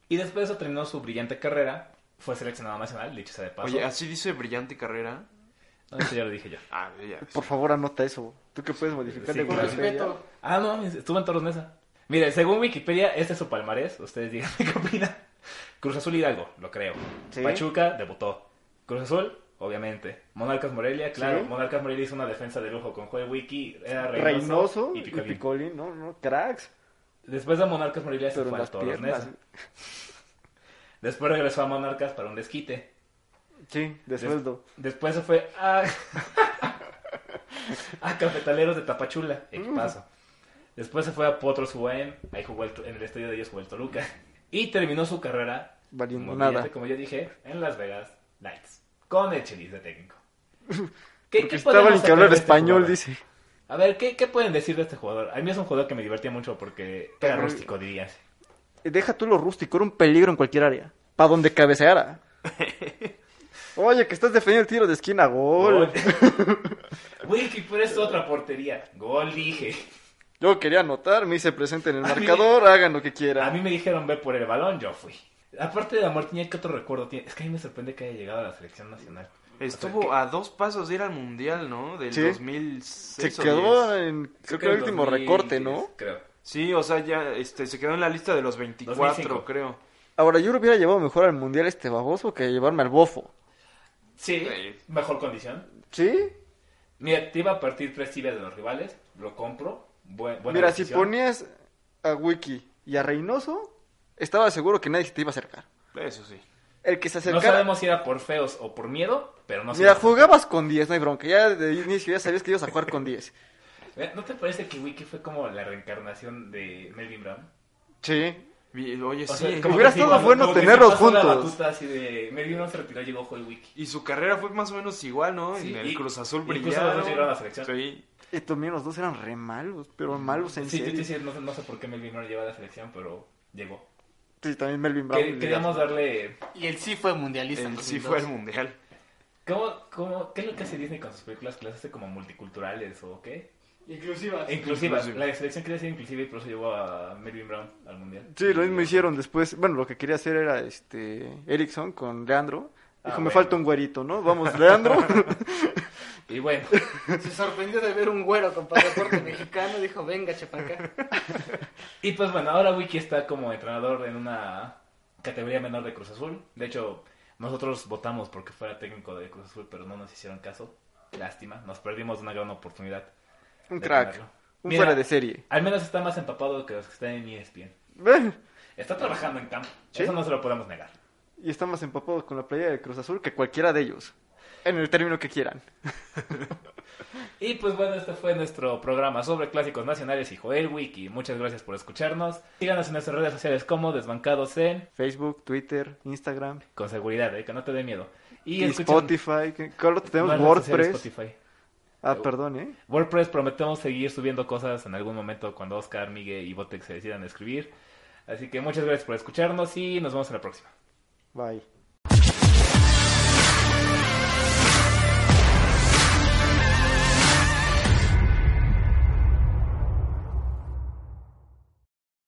Speaker 3: Y después de eso terminó su brillante carrera. Fue seleccionado nacional, dicho sea de paso.
Speaker 5: Oye, así dice brillante carrera.
Speaker 3: No, eso ya lo dije yo.
Speaker 5: Ah, ya.
Speaker 7: Por favor, anota eso. Tú que puedes modificar
Speaker 3: Sí,
Speaker 7: de
Speaker 3: con
Speaker 7: Wikipedia.
Speaker 6: respeto.
Speaker 3: Ah, no, estuvo en Toros Nesa. Mire, según Wikipedia, este es su palmarés. Ustedes digan qué opinan. Cruz Azul Hidalgo, lo creo.
Speaker 7: Sí.
Speaker 3: Pachuca debutó. Cruz Azul, obviamente. Monarcas Morelia, claro.
Speaker 7: Sí.
Speaker 3: Monarcas Morelia hizo una defensa de lujo con Joel Wiki. Era Reynoso,
Speaker 7: Reynoso y
Speaker 3: Picolín.
Speaker 7: Picolín, no, no, cracks.
Speaker 3: Después de Monarcas Morelia se
Speaker 7: Pero
Speaker 3: fue a
Speaker 7: las
Speaker 3: Toros
Speaker 7: piernas.
Speaker 3: Nesa. Después regresó a Monarcas para un desquite.
Speaker 7: Sí, de
Speaker 3: Des-
Speaker 7: sueldo.
Speaker 3: Después se fue a... a Cafetaleros de Tapachula, equipazo. Después se fue a Potros UAM, ahí jugó el- en el estadio de ellos jugó el Toluca. Y terminó su carrera,
Speaker 7: Valiendo
Speaker 3: como,
Speaker 7: nada.
Speaker 3: brillante, como ya dije, en Las Vegas Knights, con el Chelis de técnico. ¿Qué,
Speaker 7: Porque
Speaker 3: qué
Speaker 7: estaba
Speaker 3: podemos
Speaker 7: en que
Speaker 3: sacar
Speaker 7: hablar
Speaker 3: de este
Speaker 7: español,
Speaker 3: jugador?
Speaker 7: dice.
Speaker 3: A ver, ¿qué, ¿qué pueden decir de este jugador? A mí es un jugador que me divertía mucho porque era rústico, dirías.
Speaker 7: Deja tú lo rústico, era un peligro en cualquier área. Pa' donde cabeceara. Oye, que estás defendiendo el tiro de esquina, gol.
Speaker 3: Wiki, pero es otra portería. Gol, dije.
Speaker 7: Yo quería anotar, me hice presente en el
Speaker 3: A mí-
Speaker 7: marcador, hagan lo que
Speaker 3: A
Speaker 7: quieran.
Speaker 3: mí me dijeron ve por el balón, yo fui. Aparte de la Mortiña, ¿qué otro recuerdo tiene? Es que a mí me sorprende que haya llegado a la selección nacional. O sea,
Speaker 5: Estuvo a dos pasos de ir al mundial, ¿no? Del
Speaker 7: Sí.
Speaker 5: 2006.
Speaker 7: Se
Speaker 5: o
Speaker 7: quedó
Speaker 5: 10.
Speaker 7: en, creo que
Speaker 3: en
Speaker 7: el último
Speaker 3: 2010,
Speaker 7: recorte, ¿no?
Speaker 3: Creo.
Speaker 5: Sí, o sea, ya este, se quedó en la lista de los 24,
Speaker 3: 2005.
Speaker 5: creo.
Speaker 7: Ahora, yo lo hubiera llevado mejor al mundial este baboso que llevarme al bofo.
Speaker 3: Sí,
Speaker 5: Sí.
Speaker 3: mejor condición.
Speaker 7: ¿Sí?
Speaker 3: Mira, te iba a partir tres tibias de los rivales, lo compro. buen- buena
Speaker 7: Mira, si
Speaker 3: decisión.
Speaker 7: ponías a Wiki y a Reynoso, estaba seguro que nadie se te iba a acercar.
Speaker 5: Eso sí.
Speaker 7: El que se
Speaker 3: No
Speaker 7: acercara.
Speaker 3: sabemos si era por feos o por miedo, pero no
Speaker 7: Mira,
Speaker 3: sé.
Speaker 7: jugabas con 10, no hay bronca. Ya de inicio ya sabías que ibas a jugar con 10.
Speaker 3: Mira, ¿No te parece que Wiki fue como la reencarnación de Melvin Brown?
Speaker 7: Sí.
Speaker 5: Vi- Oye,
Speaker 3: O
Speaker 5: sí.
Speaker 3: sea, como
Speaker 7: Hubiera
Speaker 3: que
Speaker 7: estado
Speaker 3: igual,
Speaker 7: bueno
Speaker 3: como que se
Speaker 7: tenerlos
Speaker 3: pasó la
Speaker 7: juntos.
Speaker 3: batuta así de Melvin Brown se retiró, llegó Joel Wiki.
Speaker 5: Y su carrera fue más o menos igual, ¿no?
Speaker 3: Sí,
Speaker 5: en el
Speaker 3: y-
Speaker 5: Cruz Azul
Speaker 3: y incluso los
Speaker 5: brillaron.
Speaker 3: dos llegaron a la selección.
Speaker 5: Sí.
Speaker 7: Y también los dos eran re malos, pero malos en
Speaker 3: Sí, sí,
Speaker 7: serio.
Speaker 3: sí,
Speaker 7: Sí,
Speaker 3: sí, no, no sé por qué Melvin Brown lleva a la selección, pero llegó.
Speaker 7: también Melvin Brown.
Speaker 3: Que- Queríamos darle
Speaker 6: Y él sí fue mundialista. en
Speaker 5: Él sí
Speaker 6: 2002.
Speaker 5: fue al mundial.
Speaker 3: ¿Cómo, cómo, ¿Qué es lo que hace Disney con sus películas? ¿Que las hace como multiculturales o qué?
Speaker 6: Inclusivas.
Speaker 3: Inclusivas.
Speaker 5: Inclusive.
Speaker 3: La selección quería ser inclusiva y por eso llevó a Melvin Brown al mundial.
Speaker 7: Sí, lo mismo hicieron después. Bueno, lo que quería hacer era este Erickson con Leandro. Dijo,
Speaker 3: Ah,
Speaker 7: me
Speaker 3: bueno.
Speaker 7: falta un güerito, ¿no? Vamos, Leandro.
Speaker 3: Y bueno,
Speaker 6: Se sorprendió de ver un güero con pasaporte mexicano. Dijo, venga, chepacá.
Speaker 3: y pues bueno, ahora Wiki está como entrenador en una categoría menor de Cruz Azul. De hecho, nosotros votamos porque fuera técnico de Cruz Azul, pero no nos hicieron caso. Lástima, nos perdimos una gran oportunidad.
Speaker 7: un
Speaker 3: de
Speaker 7: crack.
Speaker 3: tenerlo.
Speaker 7: Un
Speaker 3: Mira,
Speaker 7: fuera de serie.
Speaker 3: Al menos está más empapado que los que están en E ESPN.
Speaker 7: Eh,
Speaker 3: Está trabajando en campo.
Speaker 7: ¿Sí?
Speaker 3: Eso no se lo podemos negar.
Speaker 7: Y están más empapados con la playa de Cruz Azul que cualquiera de ellos. En el término que quieran.
Speaker 3: Y pues bueno, este fue nuestro programa sobre clásicos nacionales y Joel Wiki. Muchas gracias por escucharnos. Síganos en nuestras redes sociales como Desbancados en,
Speaker 7: Facebook, Twitter, Instagram,
Speaker 3: con seguridad, eh, que no te dé miedo.
Speaker 7: y
Speaker 3: escuchen-
Speaker 7: Spotify. que- ¿Cuál otro tenemos?
Speaker 3: Más redes sociales,
Speaker 7: WordPress.
Speaker 3: Spotify.
Speaker 7: Ah, perdón, ¿eh?
Speaker 3: WordPress prometemos seguir subiendo cosas en algún momento cuando Oscar, Miguel y Botex se decidan a escribir. Así que muchas gracias por escucharnos y nos vemos en la próxima.
Speaker 7: Bye.